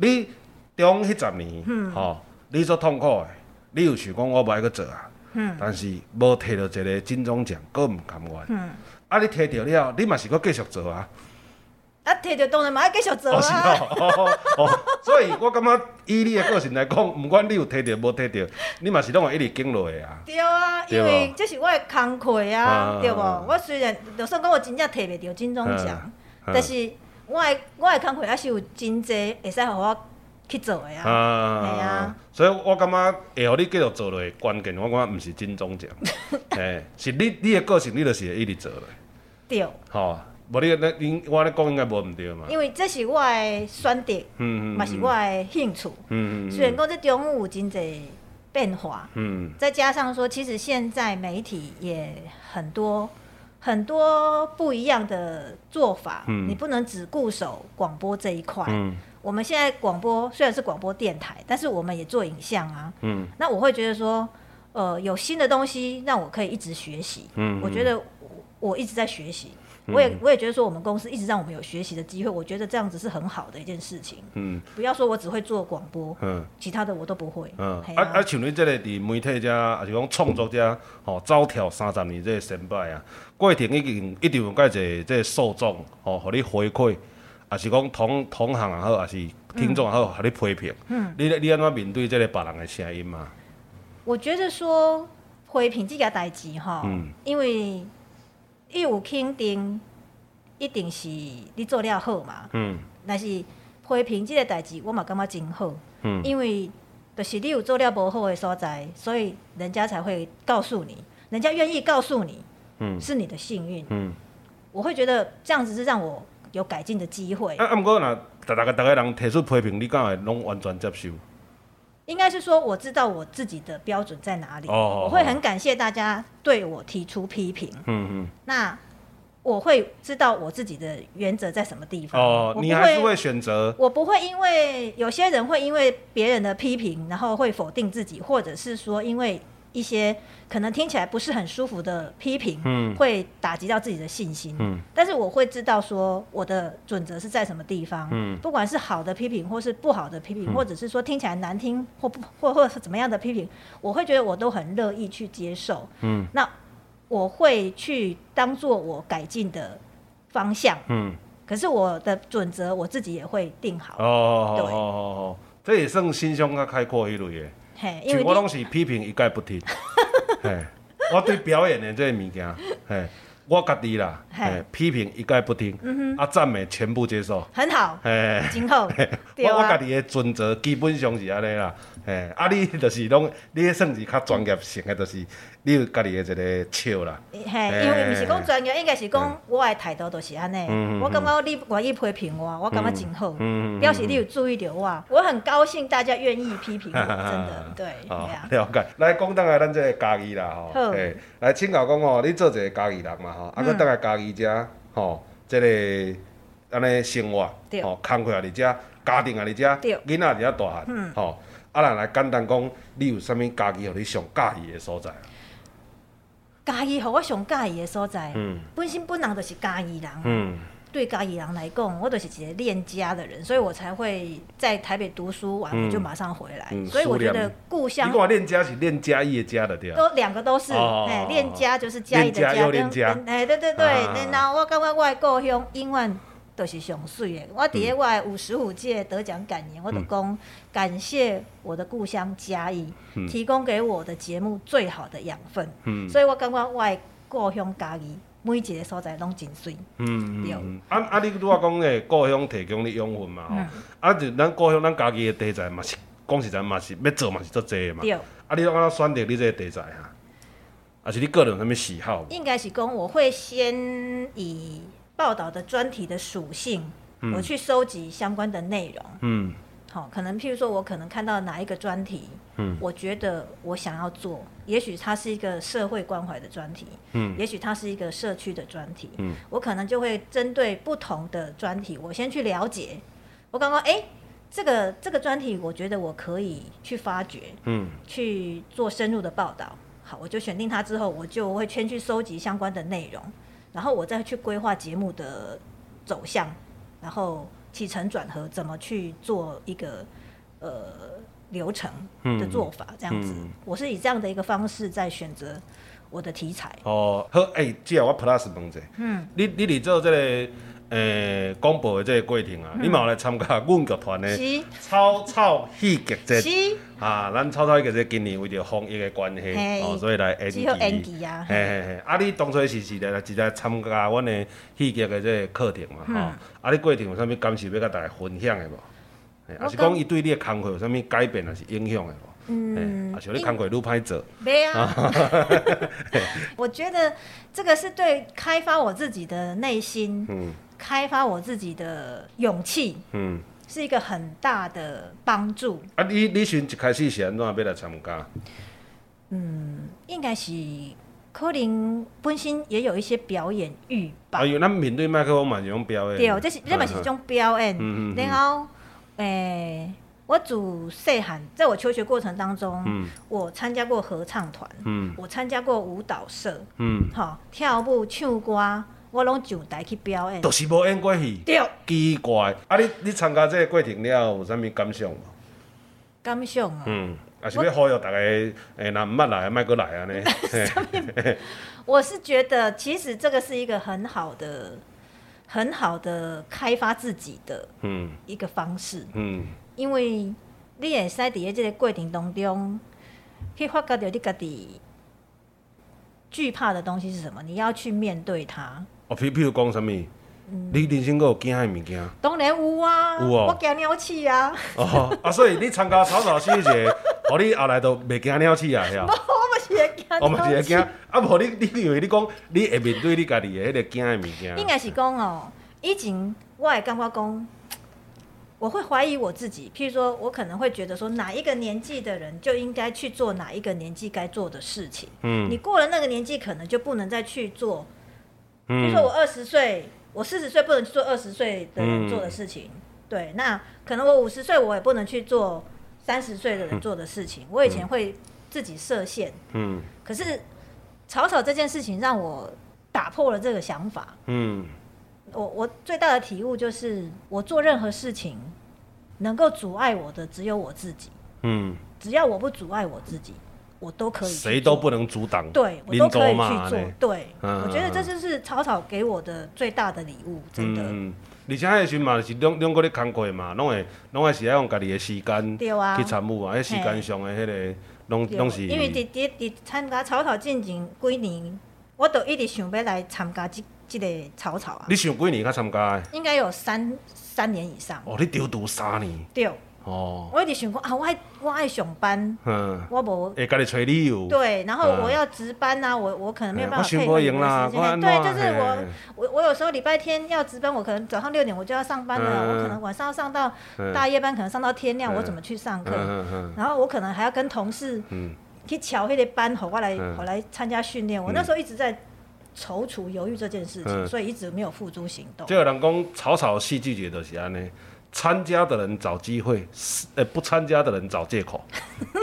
你中迄十年，吼、嗯你做痛苦的，你有想讲我无爱去做啊，嗯但是无摕到一个金钟奖，佫毋甘愿。嗯啊！你摕到了，你嘛是佫继续做啊？啊，摕着当然嘛要继续做哦，是啊，哦， 哦哦哦，所以我感觉以你的个性来讲，毋管你有摕到无摕到，你嘛是拢会一直经落去啊。 对啊，对因哦为这是我的工课啊啊，对无？我虽然就算讲我真正摕袂到金钟奖嗯，嗯但是我的我的工课还是有真济会使互我去做的啊。啊，嘿啊所以我感觉会互你继续做落去，关键我感觉毋是金 钟奖，嘿，是你你的个性，你就是会一直做落去，对，吼、无你那因我咧讲应该无毋对嘛，因为这是我的选择，嗯嘛是我，的兴趣。嗯嗯虽然讲这中午有真济变化，嗯再加上说，其实现在媒体也很多很多不一样的做法，嗯你不能只固守广播这一块。嗯我们现在广播虽然是广播电台，但是我们也做影像啊。嗯那我会觉得说，呃，有新的东西让我可以一直学习。嗯我觉得我我一直在学习，我也我也觉得说，我们公司一直让我们有学习的机会，我觉得这样子是很好的一件事情。嗯不要说我只会做广播，嗯其他的我都不会。嗯嘿，啊啊，像你即个伫媒体遮，也是讲创作遮，吼、走跳三十年即个成败啊，过程已经一定有介侪即个受众吼，互、你回馈，也是讲同同行也好，也是听众也好，互、你批评，嗯，你你安怎面对即个别人的声音嘛？我觉得说批评这件代志吼嗯，因为伊有肯定，一定是你做了好嘛。嗯但是批评这个代志，我嘛感觉真好，嗯因为就是你有做了无好的所在，所以人家才会告诉你，人家愿意告诉你嗯是你的幸运。嗯，我会觉得这样子是让我有改进的机会啊。啊，毋过若逐逐个逐个人提出批评，你敢会拢完全接受？应该是说我知道我自己的标准在哪里，哦我会很感谢大家对我提出批评。嗯嗯，那我会知道我自己的原则在什么地方。哦我，不啊你还是会选择，我不会因为有些人会因为别人的批评，然后会否定自己，或者是说因为一些可能听起来不是很舒服的批评，嗯会打击到自己的信心。嗯但是我会知道说我的准则是在什么地方，嗯不管是好的批评或是不好的批评，或者是说听起来难听或不或或是怎么样的批评，我会觉得我都很乐意去接受。嗯那我会去当做我改进的方向，嗯。可是我的准则我自己也会定好，哦哦对哦哦，这也算心胸较开阔迄类的。嘿，因为像我拢你是批评一概不 听，嘿，我对表演的这个物件，嘿，我家己啦，嘿嗯嘿，批评一概不听，啊，赞美全部接受，很好，嘿。今后 对我我家啊，己的准则基本上是安尼啦，嘿，啊你就是拢，你迄算是较专业性的，就是你有家己的一个笑啦，嘿，因为毋是讲专业，应该是讲我的态度就是安尼嗯嗯嗯嗯。我感觉你愿意批评我，我感觉真好嗯嗯嗯，表示你有注意到我，我很高兴大家愿意批 评我，真的，对，哦对啊，了解。来讲等下咱这个家己啦吼，好嗯嘿，来请教讲吼，你做一个家己人嘛吼，啊，佮等下家己遮吼，即个安尼生活对，吼，工课也啊伫遮，家庭也啊伫遮，对嗯囡仔也伫遮大汉，吼，啊，咱来简单讲，你有啥物家己互你上介意的所在？家己互我上介意的所在嗯，本身本人就是家己人。嗯对家己人来讲，我都是一个恋家的人，所以我才会在台北读书完，嗯我就马上回来。嗯所以我觉苏得联故你乡讲练家是练家义的家的对啊，都两个都是，哦哎，恋家就是家里的恋家又跟恋家跟哎，对对啊对。然后我感觉我的故乡永远都是上水的。我伫咧我的五十五届得奖感言，我就讲嗯感谢我的故乡嘉义，提供给我的节目最好的养分。嗯所以我感觉我的故乡嘉义每一个所在拢真水。嗯对嗯嗯，啊啊，你拄仔讲诶，故乡提供你养分嘛吼，啊就咱故乡咱家己的题材嘛是，讲实在嘛是要做嘛是做济的嘛。对。啊，你拢安怎选择你这个题材啊？啊，是你个人有啥物喜好无？应该是讲我会先以报道的专题的属性，我去收集相关的内容。嗯好、可能譬如说我可能看到哪一个专题，嗯我觉得我想要做，也许它是一个社会关怀的专题，嗯也许它是一个社区的专题，嗯我可能就会针对不同的专题，我先去了解。我刚刚诶，这个这个专题，我觉得我可以去发掘，嗯，去做深入的报道。好，我就选定它之后，我就会先去收集相关的内容，然后我再去规划节目的走向，然后起承转合怎么去做一个呃流程的做法，这样子。嗯我是以这样的一个方式在选择我的题材。哦，好，诶、姐，我 plus 问者，嗯，你你伫做这个诶广、播的这个过程啊，你嘛有来参加阮剧团的嗯是草草戏剧节是，啊，咱草草戏剧节今年为着防疫的关系，嘿哦，所以来只有演 N 剧。级啊，嘿嘿嘿，啊！你当初是是来是来参加阮的戏剧的这个课程嗯嘛？吼、啊！你过程有啥物感受要甲大家分享的无？嘿我啊是感讲伊对你的工课有啥物改变，还是影响的无？嗯，啊，像你因工课愈歹做，没啊， 我觉得这个是对开发我自己的内心，嗯开发我自己的勇气，嗯，是一个很大的帮助。啊，你你先一开始是安怎样要来参加？应该是柯林本身也有一些表演欲吧啊，，因为咱面对麦克风嘛是用标的，对，哦这是这嘛是一种表演嗯嗯。嗯然后，诶、我自细汉，在我求学过程当中，嗯我参加过合唱团，嗯我参加过舞蹈社，嗯，吼、跳舞、唱歌，我拢上台去表演都。是无演过戏，对，奇怪。啊，你你参加这个过程了，有啥物感想无？感想哦、嗯，啊，是要呼吁大家，诶、若毋捌来的，莫搁来安尼。 嘿我是觉得其实这个是一个很好的、很好的开发自己的嗯一个方式，嗯因为你也使伫这个过程当中去发觉到你家己惧怕的东西是什么，你要去面对它。哦，譬譬如讲啥物，嗯你人生阁有惊的物件， 当然有啊，有哦我惊鸟气啊， 哦，啊，所以你参加草草戏 节，互哦你后来都袂惊鸟 鼠啊，吓我，嘛是会惊我嘛是鸟会气惊，。啊，无你你以为你讲你会面对你家己的迄个惊的物件，应该是讲哦，以前我也感觉讲，我会怀疑我自己。譬如说，我可能会觉得说，哪一个年纪的人就应该去做哪一个年纪该做的事情。嗯你过了那个年纪，可能就不能再去做。比如嗯说，我二十岁，我四十岁不能去做二十岁的嗯人做的事情。对，那可能我五十岁，我也不能去做三十岁的人做的事情。我以前会自己设限，嗯可是草草这件事情让我打破了这个想法。嗯我我最大的体悟就是，我做任何事情能够阻碍我的只有我自己，嗯，只要我不阻碍我自己，我都可以去做。谁都不能阻挡，对，我民都族可以嘛去做安尼。对，嗯我觉得这就是草草给我的最大的礼物，真的。嗯，而且迄个时阵嘛是两两个咧工课嘛，拢会拢会是爱用家己的时间对啊去参与啊，迄时间上的迄个拢对拢是因为伫伫伫参加草草进前几年，我都一直想要来参加这这个草草啊你，想几年才参加的？应该有三三年以上。哦，你丢读三年对，哦，我一直想讲啊，我爱我爱上班，嗯，我无会家己找理由。对，然后嗯我要值班呐、我我可能没有哎办我法配想合不你赢们啦的时我间。安对，怎就是我啊嘿我我有时候礼拜天要值班，我可能早上六点我就要上班了，我可能晚上要上到嗯大夜班，可能上到天亮，我怎么去上嗯课？嗯嗯然后我可能还要跟同事嗯去瞧那个班，吼，我来嗯我来参加训练。我那时候一直在踌躇犹豫这件事情，嗯所以一直没有付诸行动。就有人讲草草戏剧节就是安尼，参加的人找机会，是呃不参加的人找借口。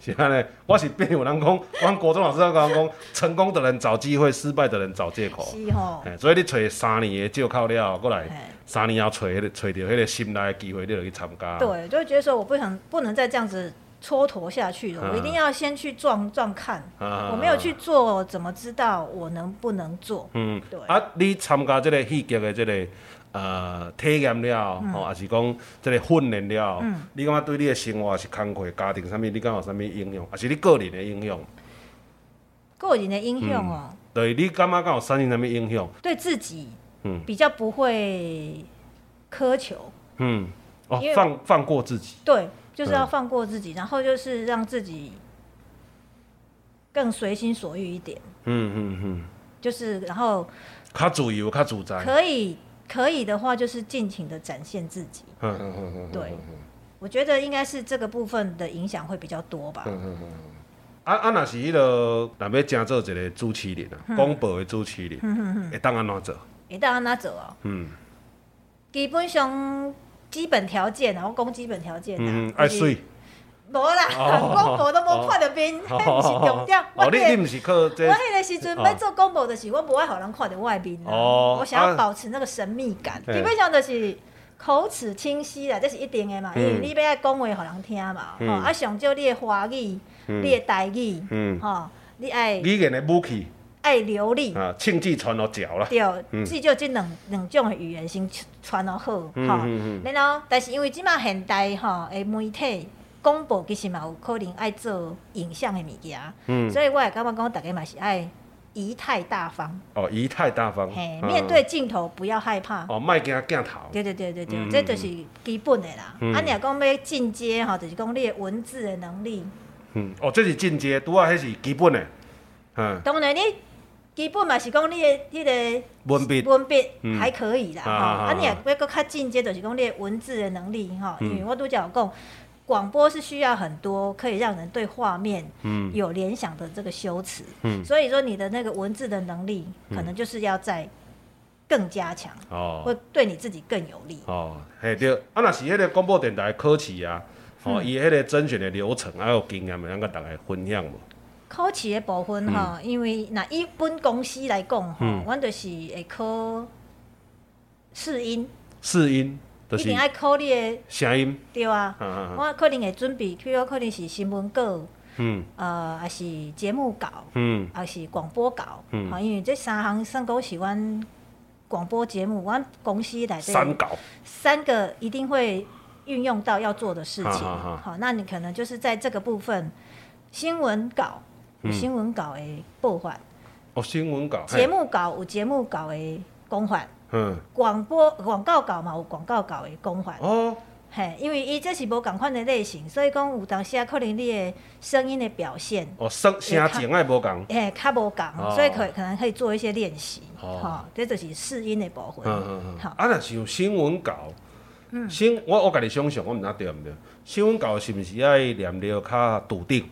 是安尼，我是变有人讲，阮国中老师在讲讲，成功的人找机会，失败的人找借口。是吼，嘿所以你找三年的借口了，过嘿来三年后找迄个找到迄个心内的机会，你就去参加。对，就会觉得说我不想不能再这样子蹉跎下去了，嗯我一定要先去撞撞看。啊我没有去做，怎么知道我能不能做？嗯对，啊，你参加这个戏剧的这个呃体验了，嗯吼、还是讲这个训练了，你感觉对你的生活是工课、家庭啥物，你感觉有啥物影响？还是你个人的影响？个人的影响哦，对，你感觉敢有产生啥物影响？对自己嗯比较不会苛求，嗯，哦因为，放放过自己，对，就是要放过自己，然后就是让自己更随心所欲一点，嗯嗯嗯，就是然后较自由、较自在，可以可以的话，就是尽情的展现自己。嗯嗯嗯嗯，对，我觉得应该是这个部分的影响会比较多吧。嗯啊啊，若是迄、落，若要真做一个主持人嗯啊，广播的主持人，会当安怎做？会当安那做哦，嗯啊基本上基本条件啊，我讲基本条件啊，嗯，就爱 是水。无啦，哦广播都无看到面，哦迄毋 是重点。我哦，你你迄毋是靠我这迄个时阵要做广播的是，我无爱互人看到我的面哦啊，我想啊要保持那个神秘感。嘿基本上就是口齿清晰啦，这是一定的嘛，因嗯为你要爱讲话互人听嘛。吼，嗯啊，上少你的华语、嗯你的台语，嗯吼，你爱语言的武器爱流利。啊，庆忌传落脚啦。对嗯，至少即两两种的语言先传落好，吼、嗯嗯嗯然后，但是因为即马现代吼的媒体广播其实嘛有可能爱做影像的物件，嗯，所以我也感觉讲大家嘛是爱仪态大方，哦，仪态大方，嘿、嗯面对镜头不要害怕。哦，卖惊镜头，对对对对对，嗯这就是基本的啦。嗯啊，你若讲要进阶吼，就是讲你的文字的能力。嗯，哦，这是进阶，拄啊，迄是基本的，嗯，当然你基本嘛是讲你的迄、个文笔，文笔嗯还可以啦，吼、啊啊啊啊，你也要搁较进阶，就是讲你的文字的能力，吼、嗯因为我拄则有讲，广播是需要很多可以让人对画面嗯有联想的这个修辞，嗯，所以说你的那个文字的能力，可能就是要再更加强，哦会对你自己更有利。哦，嘿对，啊，若是迄个广播电台的考试啊，哦，嗯伊迄个甄选的流程啊还有经验的，咱甲大家分享无？考试的部分吼，因为那一本公司来讲吼嗯，阮、就是会考试音，试音，就一是定爱考你的声音，对啊。啊啊，啊我可能会准备，譬如我可能是新闻稿，嗯呃，也是节目稿，嗯也是广播稿，嗯吼、因为这三项算讲是阮广播节目，阮公司内三底稿，三个一定会运用到要做的事情。好好好好，那你可能就是在这个部分，新闻稿有嗯新闻稿的播法，哦，新闻稿，嘿节、目稿有节目稿的公法，嗯，广播广告稿嘛有广告稿的公法。哦，嘿，因为伊这是无共款的类型，所以讲有当时啊，可能你的声音的表现，哦，声声情爱无共，诶、较无共哦，所以可可能可以做一些练习，吼、哦这就是试音的部分。嗯嗯嗯，好，啊，若是有新闻稿，新我我家己想象，我毋知对毋对，新闻稿是毋是爱念了较笃定？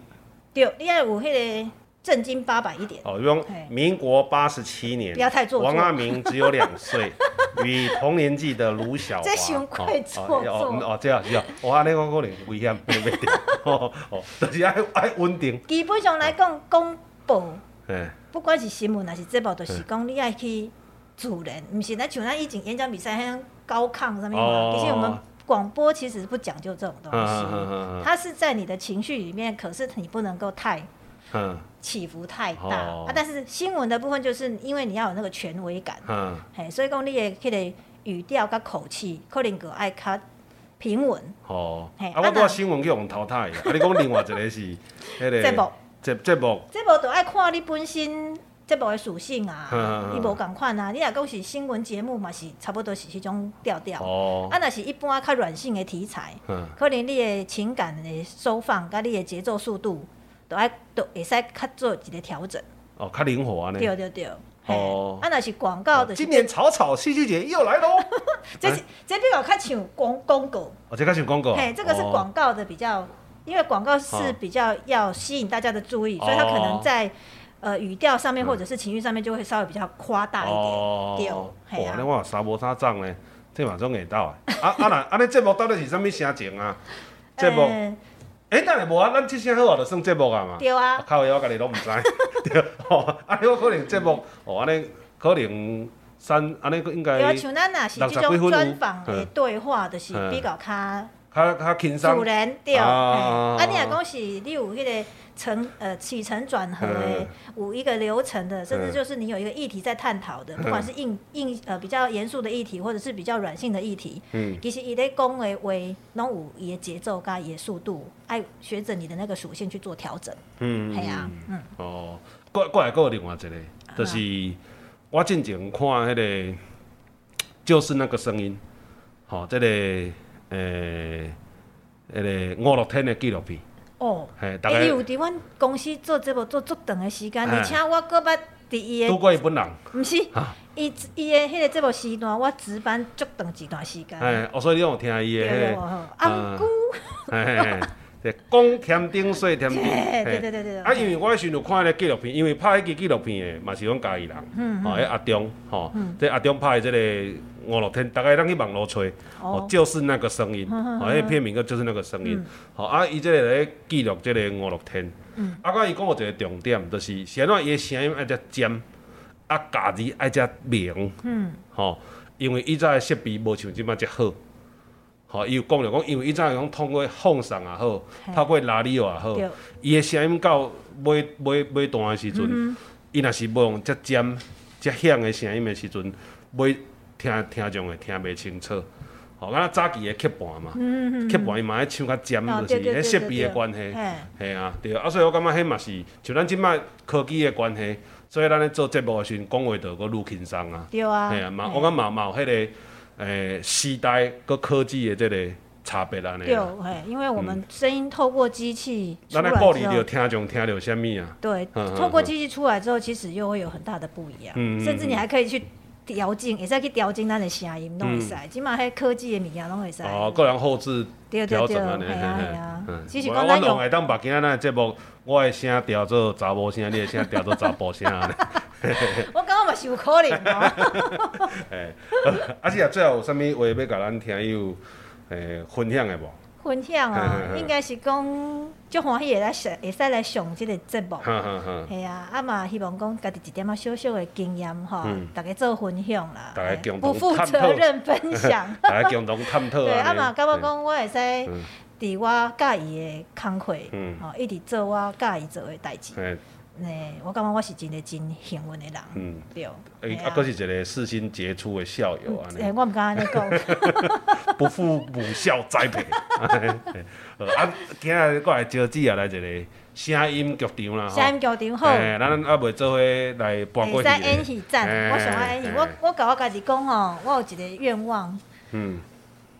对，你要有迄个正经八百一点，哦，用嘿民国八十七年，不要太做作王阿明只有两岁，与同年纪的卢小华，这太过做哦作哦嗯哦，这样这样，我安尼我可能危险袂袂掉，哦哦，就是爱爱稳定，基本上来讲，广播嘿，不管是新闻还是节目，就是讲你爱去自然，毋是咱像咱以前演讲比赛迄种高亢上面嘛，哦其实我们广播其实不讲究这种东嗯西，嗯嗯嗯它是在你的情绪里面，可是你不能够太。嗯起伏太大、哦啊！但是新闻的部分，就是因为你要有那个权威感，嗯，嘿，所以讲你的迄个语调甲口气，可能个爱较平稳。哦，嘿啊，啊我若我新闻去互淘汰，啊，你讲另外一个是迄个节目节节目，这无就爱看你本身节目的属性啊嗯，伊无共款啊。你若讲是新闻节目嘛，是差不多是迄种调调。哦啊，，若是一般较软性的题材，嗯。可能你的情感的收放，甲你的节奏速度，都爱都会使较做一个调整。哦，较灵活安尼。对对对。嘿哦啊，若是广哦告的，今年草草戏剧节又来喽！ 这是这比较较像广广告，哦，这个是广告。嘿，这个是广告的比较，因为广告是比较要吸引大家的注意，哦所以它可能在呃语调上嗯面或者是情绪上面就会稍微比较夸大一哦点，哦对，嘿哇，那啊，我有三无三涨呢，这嘛总会到啊。啊啊那啊，那节目到底是啥物声情 啊？节目，呃诶，等下无啊，咱即声好啊，就算节目啊嘛。对啊，靠，我家己拢毋 知。对，哦，啊，你我可能节目，哦，安尼可能三，安尼应对啊，该像咱若是60几这分有种专访的嗯对话，就是比较较较较轻自松。然对，嘿啊啊，你若讲是你有迄个承呃起承转合的嗯，有一个流程的，甚嗯至就是你有一个议题在探讨的，不管是硬硬呃比较严肃的议题，或者是比较软性的议题，嗯，其实伊咧讲的话，拢有伊的节奏甲伊的速度，爱学着你的那个属性去做调整。嗯，系啊，嗯，哦，过过来还有另外一个，就是我进前看迄、个，就是那个声音，吼、即、个诶，迄、个五六天的纪录片，哦，嘿，大伊概有伫阮公司做节目做足长的时间，嗯而且我搁捌伫伊拄的，过伊本人，毋是啊，伊伊的迄个节目时段，我值班足长一段时间。哎，哦，所以你有听伊的对啊迄哦，啊，毋过个，哎，这讲天顶说天顶，对嘿对对对对啊，因为我迄时阵有看迄个纪录片，因为拍迄个纪录片的嘛是阮家己人，吼，迄阿中，吼，这阿中拍的这个五六天，大概咱去网络找，哦哦，就是那个声音，哦，迄片名叫就是那个声音，吼，啊，伊这个来记录这个五六天，啊，我伊讲有一个重点，就是是安怎伊的声音爱遮尖，啊，家己爱遮明，嗯，吼，因为伊早的设备无像即摆遮好。吼，伊有讲着讲，因为伊早讲通过放送也好，嘿透过拉力也好对，伊的声音到尾尾尾段的时嗯阵，伊若是无用遮尖、遮响的声音的时阵，尾听听众会听袂清楚。吼，敢若早期的刻盘嘛，刻盘伊嘛爱唱较尖，嗯哦就是对对对迄设备对的对关系嘿。嘿啊，对啊，所以我感觉迄嘛是像咱即摆科技的关系，所以咱咧做节目的时阵讲话就搁愈轻松啊。对啊，嘿啊，嘛，我感觉嘛嘛有迄个诶时代搁科技的即个差别安尼对啦。，嘿，因为我嗯们声音透过机器出咱来咧顾虑之着后，听众听着什物啊？对嗯嗯，透过机器出来之后，其实又会有很大的不一样，嗯嗯甚至你还可以去调静，也是去调静咱的声音，拢会使，起码迄科技的物件拢会使。嗯哦，个人后置对对调整对，安尼。嘿啊嘿啊，只是讲嗯我咱用用会当把今仔咱的节目，我的声调做查某声，你的声调做查甫声安尼。 我感觉嘛是有可能哦。 诶，啊，是啊，最后有啥物话要甲咱听友诶分享的无？分 享嘿嘿哦，嘿应该是讲足欢喜会来上，会使来上即个节 目。哈哈 哈，系啊，啊嘛希望讲家己一点仔小小的经验吼嗯，大家做分享啦，大家嘿共同不负探讨。责任分享大家共同探讨 对，啊安尼嘛，感觉嘿讲我会使嗯伫我喜意的工课嗯，吼，一直做我喜意做的代志。嘿呢，我感觉我是真的真幸运的人，嗯，对。诶，嘿啊，佫是一个四心杰出的校友安尼诶，。我毋敢安尼 讲。 不负母校栽培。 好啊，今日过来招姊啊，来一个声音剧场啦，吼声音剧场好，嘿咱还袂做伙来搬过会去使的。演戏赞，我想要演戏。哦嘿我我甲我家己讲吼，我有一个愿望，嗯，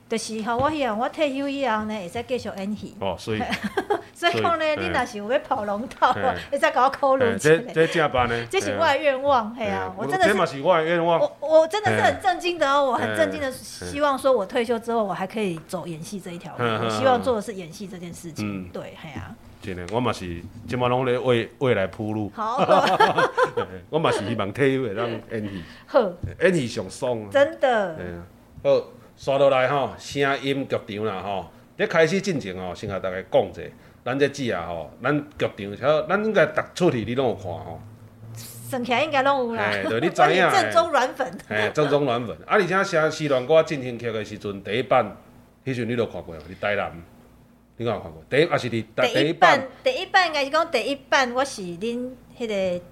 就是吼，我希望我退休以后呢，会使继续演戏。哦， 所以，所以所讲以呢，你若是有要跑龙套啊嘿，会使甲我考虑嘿一哎这下。这正班呢？这是我嘿啊的愿望，嘿啊，我真的这嘛是。是我的愿望。我我真的是很震惊的哦，我很震惊的，嘿希望说我退休之后我还可以走演戏这 一条路，嗯嗯嗯我希望做的是演戏这件事情嗯。对，嘿 啊，真的，我嘛是，即嘛拢咧为未来铺路。好， 嘿我嘛是希望退休会当演戏，好，演戏上爽啊。真的嘿，啊好，刷落来吼，声音剧场啦吼，伫开始进前吼，先甲大家讲者，咱这姊啊吼，咱剧场，遐咱应该逐出去你拢有看吼，算起来应该拢有啦嘿。对 我你是知影的正宗软粉， 嘿，正宗软文，啊，而且写西软歌进行曲的时阵，第一版，迄阵你都看过吼，伫台南，你敢有看过？第一啊是伫台第第一一版版，第一版应该是讲第一版，我是恁迄个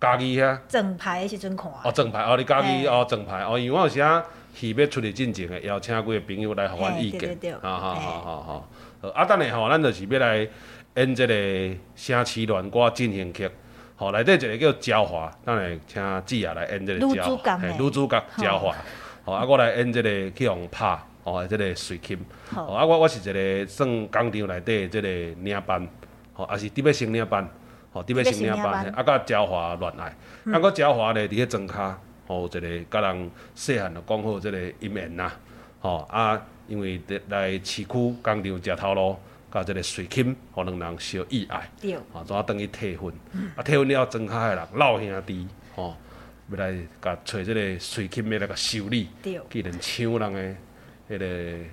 家己遐，整排的时阵看，哦正牌，哦你家己嘿哦正牌，哦因为我有时啊戏要出去进前的，邀请几个朋友来互阮意嘿对对对见，好好嘿好好好，好啊等下吼，咱就是要来。演即个《城市恋歌进行曲》，吼，内底一个叫焦华，咱来请姊啊来演即个女焦主华，角呢女主角焦华，吼，啊，我来演即个去互拍，吼，即个水琴，好吼，啊，我我是一个算工厂内底即个领班，吼，啊也是伫要升领班，吼，伫要升领伫要升班，领班嗯嘿啊，甲焦华恋爱，啊，我焦华咧伫咧庄卡，吼，有一个甲人细汉就讲好即个姻缘呐，吼啊，因为伫来市区工厂食头路，甲即个水琴，互两人相意爱，对，吼，怎啊等于退婚，啊退婚了庄卡诶人老兄弟，吼，要来甲找即个水琴要来甲修理对，既然抢人诶迄个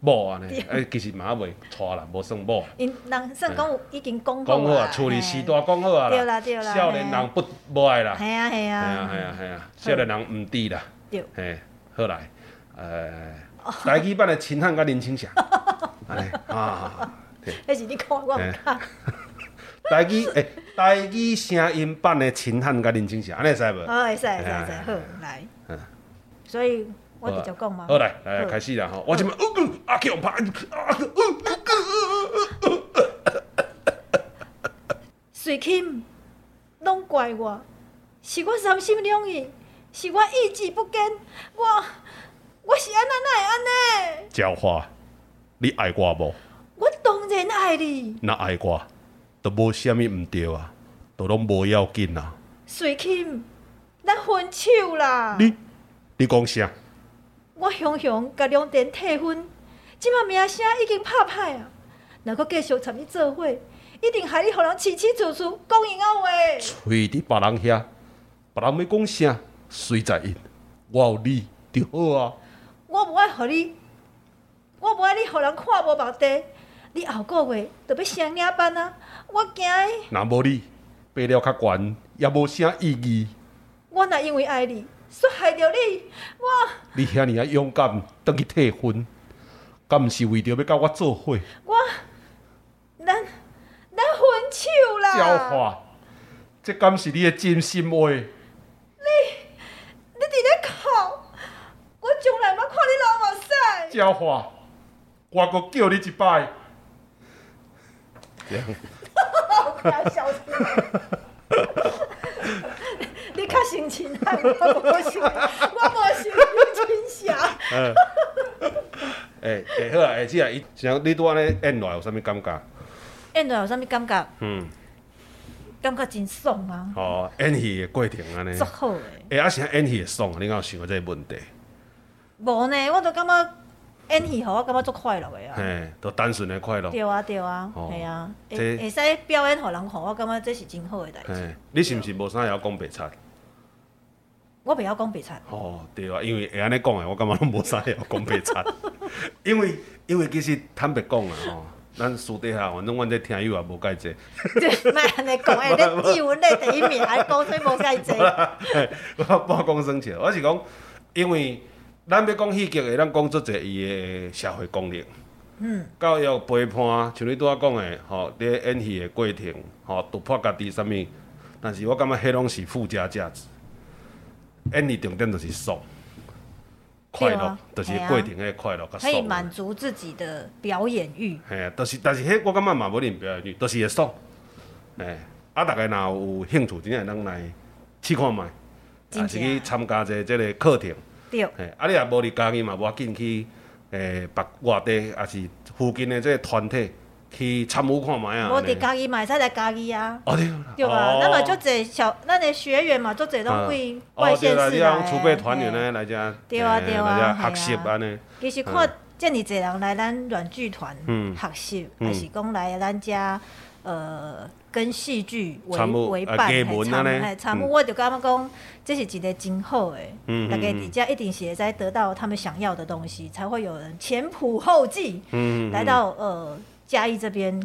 某安尼，啊其实嘛还袂娶啦，无算某。啊因人算讲有已经讲讲好啊，啦处理嘿时代讲好啊对啦对啦少年人不无爱啦，系啊系系啊啊，系啊系啊，少年人毋知啦，对，嘿，好来，呃， 台语版的秦汉甲林青霞，安尼啊，迄是你看我毋敢。台语诶，台语声音版的秦汉甲林青霞，安尼会使无？好，哦会使会哎使会哎使，好来嗯。所以我直接讲嘛。好来，来好开始啦吼，我即摆，啊，去互拍，啊，随琴，拢怪我，是我三心两意，是我意志不坚，我我是安那会安尼？鸟花，你爱我无？我当然爱你，若爱我，都无虾米毋对啊，都拢无要紧啊。随琴，咱分手啦。你，你讲啥？我雄雄甲两电退婚，即马名声已经拍歹啊，若阁继续参你做伙，一定害你互人起起楚楚，讲闲啊话。喙伫别人遐，别人要讲啥，随在因，我有你就好啊。我无爱互你，我无爱你互人看无目地。你后个月就要双领班啊！我惊的，若无你，爬了较悬，也无啥意义。我若因为爱你，煞害着你，我你遐尔啊勇敢，倒去退婚，敢毋是为着要甲我做伙？我，咱咱分手啦！鸟话，这敢是你的真心话？你伫咧哭，我从来毋捌看你流目屎。鸟话，我阁叫你一摆。这样我搞笑死你较深情啊！我无想，我无想有真相。嗯，诶、会好啊，会姐啊，伊像你拄安尼演落来有啥物感觉？演落有啥物感觉？嗯，感觉真爽啊，吼、演戏的过程安尼足，好诶。诶、啊，是演戏会爽，你敢有想过这个问题？无呢，我都感觉演戏互我感觉足快乐诶嘿、啊。都单纯的快乐。嘿、对啊，对啊，哦系啊，会这会使表演互人看，我感觉这是真好诶代志。你是毋是无啥会晓讲白贼？我袂晓讲 白菜，吼、对啊，因为会安尼讲的，我感觉拢无啥会晓讲白 贼。因为因为其实坦白讲啊，吼、咱私底下反正阮这听友也无介济。对，莫安尼讲， 诶，你语文类第一名，还讲说无介济。嘿我半讲生笑， 我是讲，因为咱要讲戏剧的，咱讲足侪伊的社会功能。嗯，教育陪伴，像你拄仔讲的，吼、你咧演戏的过程，吼、突破家己啥物，但是我感觉迄拢是附加价值。演戏重点就是爽，快对乐啊，就是嘿啊过程迄快乐，较可以爽满啊。足自己的表演欲。嘿，就是，但是迄我感觉嘛无恁表演，就是会爽。嘿，啊，逐个若有兴趣，真正咱来试看觅，真也是去正参加者即个课程。对，嘿，啊，你也无伫家己嘛，无要紧去诶，别外地也是附近的即个团体去参与看卖啊。无安尼伫家己嘛会使来家己啊，哦对啦对吧？那么哦就侪小咱的学员嘛，就侪拢为啊外县哦对啦，市来的你讲储备团员呢来遮，对啊嘿对啊来嘿啊遮学习安尼。嘿其实看遮尔侪人来咱软剧团学习，嗯还是讲来咱遮呃跟戏剧为参与为啊伴艺嘿文参安尼嘿参与，嗯我就感觉讲这是一个真好的，嗯嗯大家嗯伫遮一定是会使得到他们想要的东西，才会有人前仆后继嗯，嗯来到呃嘉义这边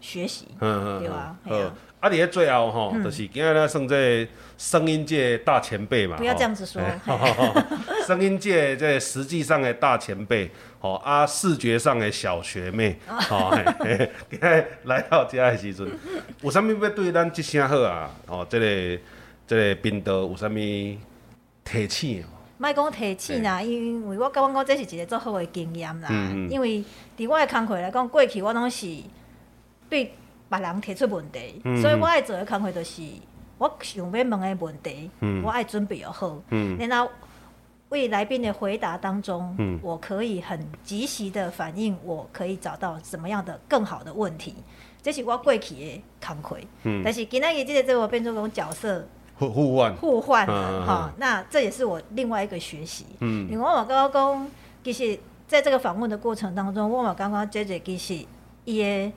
学习。嗯对啊嗯嘿啊嗯好。啊，伫咧最后吼，就是今仔咱算这声音界的大前辈嘛。不要吼哎这样子说嘿声音界这实际上的大前辈，吼啊，视觉上的小学妹，哦吼，嘿嘿今仔来到遮的时阵，有啥物要对咱即声好啊？吼，即个即个频道有啥物提醒？莫讲提醒啦，因为我感觉讲这是一个足好的经验啦。嗯嗯因为伫我的工课来讲，过去我拢是对别人提出问题，嗯所以我爱做的工课就是我想要问的问题，我爱准备好，嗯然后为来宾的回答当中，嗯我可以很及时的反应，我可以找到什么样的更好的问题。这是我过去的工课，嗯但是今仔日这个这个变成讲角色互互换，互换嗯嗯了嗯哈、那这也是我另外一个学习。嗯另外我刚刚讲，其实在这个访问的过程当中，我嘛刚刚 J J 其实也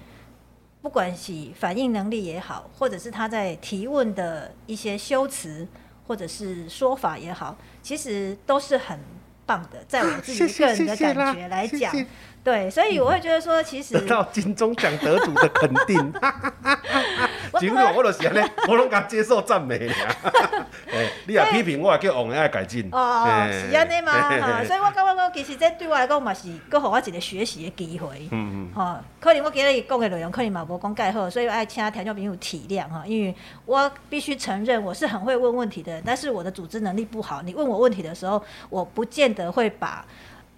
不管是反应能力也好，或者是他在提问的一些修辞或者是说法也好，其实都是很棒的，在我自己个人的感觉来 讲，对，所以我会觉得说，其实得 到金钟奖得主的肯定。我真刚的，刚我就是安尼，我拢敢接受赞美 尔。哎诶，你若批评我，也叫王爷改进。哦，嘿是 安尼嘛，嘿哈，嘿所以我感觉讲，其实这对我来讲嘛是，搁互我一个学习的机会。嗯吼、可能我今日讲的内容可能嘛无讲介好，所以我爱请听众朋友体谅哈，因为我必须承认我是很会问问题的人，但是我的组织能力不好。你问我问题的时候，我不见得会把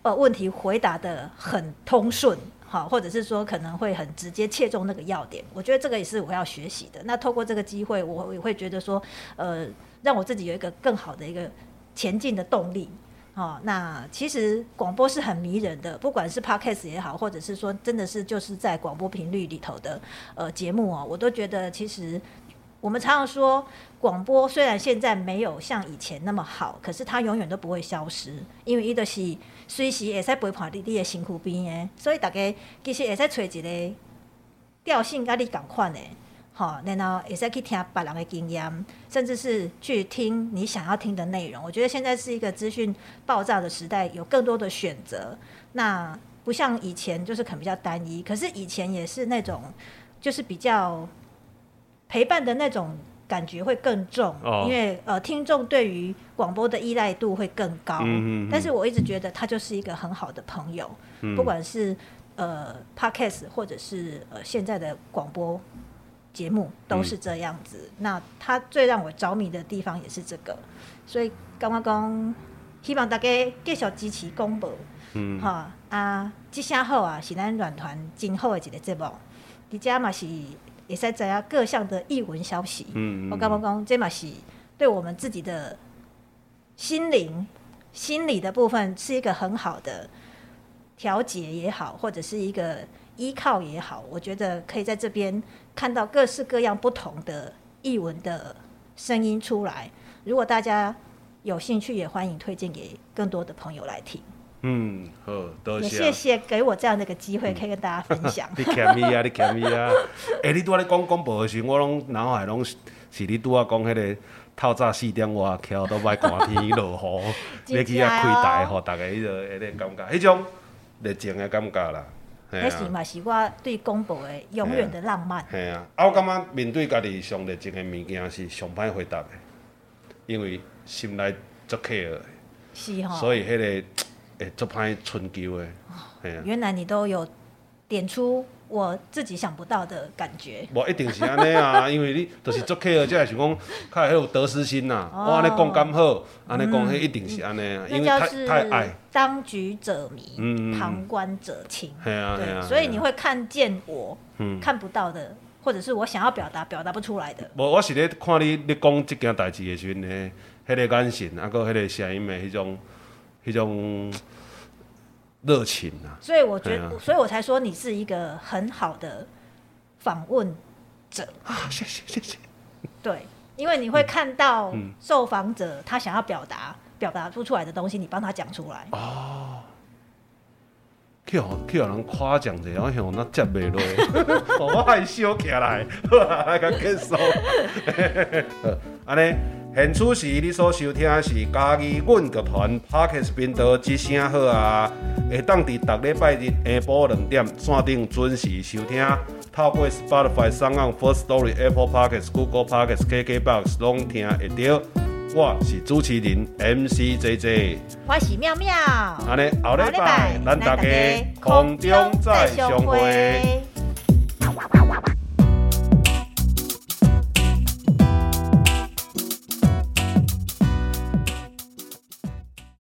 呃问题回答的很通顺。好，或者是说可能会很直接切中那个要点，我觉得这个也是我要学习的。那透过这个机会，我也会觉得说，呃，让我自己有一个更好的一个前进的动力。哦，那其实广播是很迷人的，不管是 podcast 也好，或者是说真的是就是在广播频率里头的呃节目哦，我都觉得其实我们常常说广播虽然现在没有像以前那么好，可是它永远都不会消失，因为伊都是随时会使陪伴你你的身躯边的，所以大家其实会使找一个调性甲你共款的，吼，然后也是去听别人的经验，甚至是去听你想要听的内容。我觉得现在是一个资讯爆炸的时代，有更多的选择。那不像以前，就是可能比较单一。可是以前也是那种，就是比较陪伴的那种感觉会更重，哦因为呃，听众对于广播的依赖度会更高。嗯嗯嗯嗯但是我一直觉得他就是一个很好的朋友，不管是呃 podcast 或者是呃现在的广播节目都嗯是这样子。那他最让我着迷的地方也是这个，所以刚刚讲，希望大家继续支持广播。嗯，哈、啊，即声好啊，是咱软团真好的一个节目，而且嘛是会使知影各项的译文消息。嗯嗯我感觉讲这嘛是对我们自己的心灵、心理的部分是一个很好的调节也好，或者是一个依靠也好，我觉得可以在这边看到各式各样不同的译文的声音出来。如果大家有兴趣，也欢迎推荐给更多的朋友来听。嗯，。好，多也谢。谢谢给我这样的一个机会，可以跟大家分享 你欠伊啊，你欠伊 啊！哎、你拄仔咧讲广播的时候，我拢脑海拢是是你拄仔讲迄个透早四点外起都歹寒天落 雨，要去遐开哦台，互逐个迄个迄个感觉，迄种热情的感觉啦。嘿那是啊，嘛是我对公布的永远的浪漫。嘿啊！啊，我感觉面对家己上热情的物件是上歹回答的，因为心内足客的，是哈，所以迄、个会足歹春秋的。哦嘿啊，原来你都有点出我自己想不到的感觉。无一定是安尼啊，因为你就是做客的，才会想讲较会迄有得失心呐、哦嗯我安尼讲刚好，安尼讲迄一定是安尼啊，因那为叫太是太爱，当局者迷，嗯嗯嗯旁观者清。嘿啊嘿对，啊，所以嘿你啊会看见我嗯看不到的，或者是我想要表达表达不出来的。无我是咧看你咧讲即件代志的时阵呢，迄、个眼神，啊，搁迄个声音的迄种迄种热情啊，所以我觉对得，所以我才说你是一个很好的访问者。啊，谢谢谢谢，对，因为你会看到嗯受访者他想要表达、表达不出来的东西，你帮他讲出来。哦去互去互人夸奖者，我向那接袂落， 哦我害羞起 来，好啊，来甲结束。呃安尼，现此时你所收听的是嘉义阮剧团 Parkes 频道之声好啊，会当伫逐礼拜日下晡两点线顶准时收听。透过 Spotify、s o n First Story、Apple Podcasts、Google Podcasts、KKBox 拢听会到。我是主持人 MC JJ，欢喜妙妙，安尼后礼拜咱大家空中再相会。